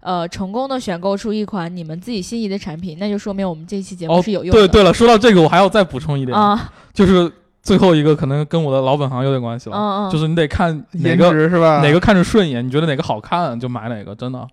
Speaker 1: 呃，成功的选购出一款你们自己心仪的产品，那就说明我们这期节目
Speaker 3: 哦
Speaker 1: 是有用的。
Speaker 3: 对对了，说到这个，我还要再补充一点，
Speaker 1: 啊，
Speaker 3: 就是最后一个可能跟我的老本行有点关系
Speaker 1: 嗯
Speaker 3: 了，
Speaker 1: 嗯，
Speaker 3: 就是你得看哪
Speaker 2: 颜
Speaker 3: 个
Speaker 2: 值是啊吧？
Speaker 3: 哪个看着顺眼，你觉得哪个好看就买哪个，真的。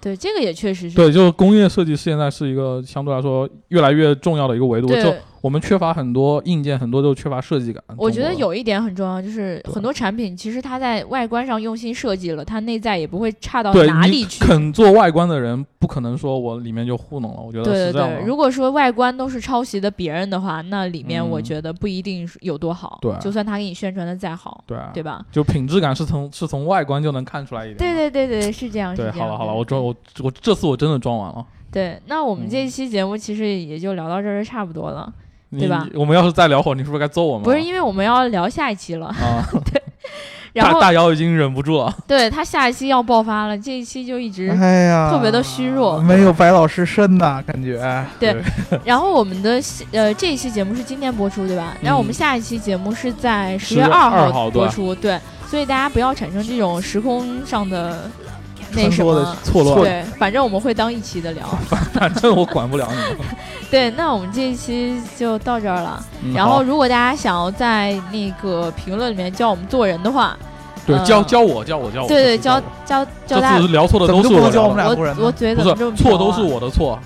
Speaker 1: 对，这个也确实是。
Speaker 3: 对，就是工业设计现在是一个相对来说越来越重要的一个维度，就
Speaker 1: 对，
Speaker 3: 我们缺乏很多硬件，很多就缺乏设计感。
Speaker 1: 我觉得
Speaker 3: 中国
Speaker 1: 有
Speaker 3: 的。
Speaker 1: 一点很重要，就是
Speaker 3: 对
Speaker 1: 很多产品其实它在外观上用心设计了，它内在也不会差到
Speaker 3: 对
Speaker 1: 哪
Speaker 3: 你
Speaker 1: 里去。
Speaker 3: 肯做外观的人，不可能说我里面就糊弄了。我觉得
Speaker 1: 对对
Speaker 3: 是这样的。
Speaker 1: 对，如果说外观都是抄袭的别人的话，那里面我
Speaker 3: 嗯
Speaker 1: 觉得不一定是有多好。
Speaker 3: 对
Speaker 1: 就算他给你宣传的再好，
Speaker 3: 对啊
Speaker 1: 对吧？
Speaker 3: 就品质感是从是从外观就能看出来一点的。
Speaker 1: 对对对对，是这样。
Speaker 3: 对
Speaker 1: 是这
Speaker 3: 好
Speaker 1: 样
Speaker 3: 了好
Speaker 1: 的
Speaker 3: 了，我装我我这次我真的装完了。
Speaker 1: 对，那我们
Speaker 3: 嗯
Speaker 1: 这期节目其实也就聊到这儿就差不多了，
Speaker 3: 你
Speaker 1: 对吧
Speaker 3: 你我们要是再聊会儿，你是不是该揍我们了？
Speaker 1: 不是因为我们要聊下一期了，
Speaker 3: 啊，
Speaker 1: 然
Speaker 3: 大
Speaker 1: 后
Speaker 3: 大姚已经忍不住了。
Speaker 1: 对他下一期要爆发了，这一期就一 直，
Speaker 2: 哎呀，
Speaker 1: 特别的虚弱
Speaker 2: 没有白老师深呐，感觉。
Speaker 1: 然后我们的下呃这一期节目是今天播出对吧？那我们下一期节目是在十月
Speaker 3: 嗯10月
Speaker 1: 二
Speaker 3: 2号
Speaker 1: 播
Speaker 3: 对
Speaker 1: 出，对，所以大家不要产生这种时空上 的那
Speaker 2: 穿
Speaker 1: 什
Speaker 2: 梭的
Speaker 1: 么。
Speaker 3: 错乱
Speaker 1: 对，反正我们会当一期的 聊。
Speaker 3: 反正我管不了你们。
Speaker 1: 对，那我们这一期就到这儿了。
Speaker 3: 嗯
Speaker 1: 然后，
Speaker 3: 好
Speaker 1: 如果大家想要在那个评论里面教我们做人的话，
Speaker 3: 对
Speaker 1: 呃
Speaker 3: 教教我教我教我，
Speaker 1: 对对，
Speaker 3: 这次教
Speaker 1: 教
Speaker 3: 我
Speaker 1: 教教大
Speaker 3: 这次
Speaker 1: 家，
Speaker 3: 聊错的
Speaker 2: 怎
Speaker 3: 都
Speaker 2: 么就是不能
Speaker 3: 我
Speaker 2: 教我
Speaker 3: 聊
Speaker 2: 们俩
Speaker 3: 的，
Speaker 2: 做人呢
Speaker 1: 我我嘴怎么这
Speaker 3: 不
Speaker 1: 么
Speaker 3: 是
Speaker 1: 瓢啊
Speaker 3: 错都是，我的错，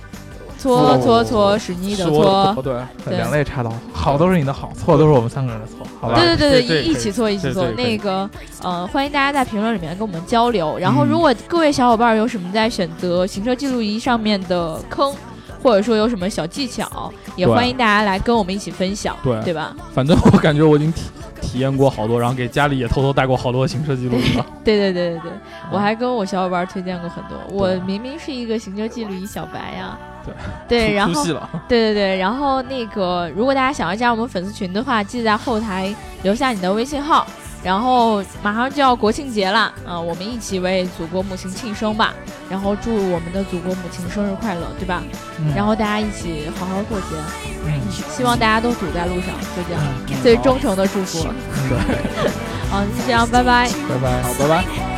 Speaker 1: 搓搓搓
Speaker 3: 哦
Speaker 1: 屎你
Speaker 3: 是
Speaker 1: 的
Speaker 3: 我的
Speaker 1: 搓
Speaker 3: 错，，
Speaker 2: 哦
Speaker 3: 对
Speaker 1: 对
Speaker 2: 两肋插刀，好都是你的好，错都是我们三个人的错，好吧？
Speaker 1: 对对
Speaker 3: 对对
Speaker 1: 对，一一
Speaker 3: 对
Speaker 1: 起搓一起
Speaker 3: 对
Speaker 1: 搓。
Speaker 3: 对对
Speaker 1: 那个呃，欢迎大家在评论里面跟我们交流。然后，
Speaker 2: 嗯
Speaker 1: 如果各位小伙伴有什么在选择行车记录仪上面的坑，或者说有什么小技巧，也
Speaker 3: 对啊
Speaker 1: 欢迎大家来跟我们一起分享，
Speaker 3: 对
Speaker 1: 对吧？
Speaker 3: 反正我感觉我已经体体验过好多，然后给家里也偷偷带过好多行车记录仪了。
Speaker 1: 对对对对对，
Speaker 3: 嗯
Speaker 1: 我还跟我小伙伴推荐过很多。我明明是一个行车记录仪小白呀，
Speaker 3: 对
Speaker 1: 对，
Speaker 3: 出
Speaker 1: 然
Speaker 3: 出
Speaker 1: 后
Speaker 3: 戏了，
Speaker 1: 对对对，然后那个，如果大家想要加入我们粉丝群的话，记得在后台留下你的微信号。然后马上就要国庆节了，啊、我们一起为祖国母亲庆生吧。然后祝我们的祖国母亲生日快乐，对吧？
Speaker 2: 嗯
Speaker 1: 然后大家一起好好过节，
Speaker 2: 嗯
Speaker 1: 希望大家都堵在路上，就这样，
Speaker 2: 嗯
Speaker 1: 最忠诚的祝福。
Speaker 2: 嗯
Speaker 1: 好，就这样，拜拜。
Speaker 2: 拜拜，好，拜拜。
Speaker 4: 「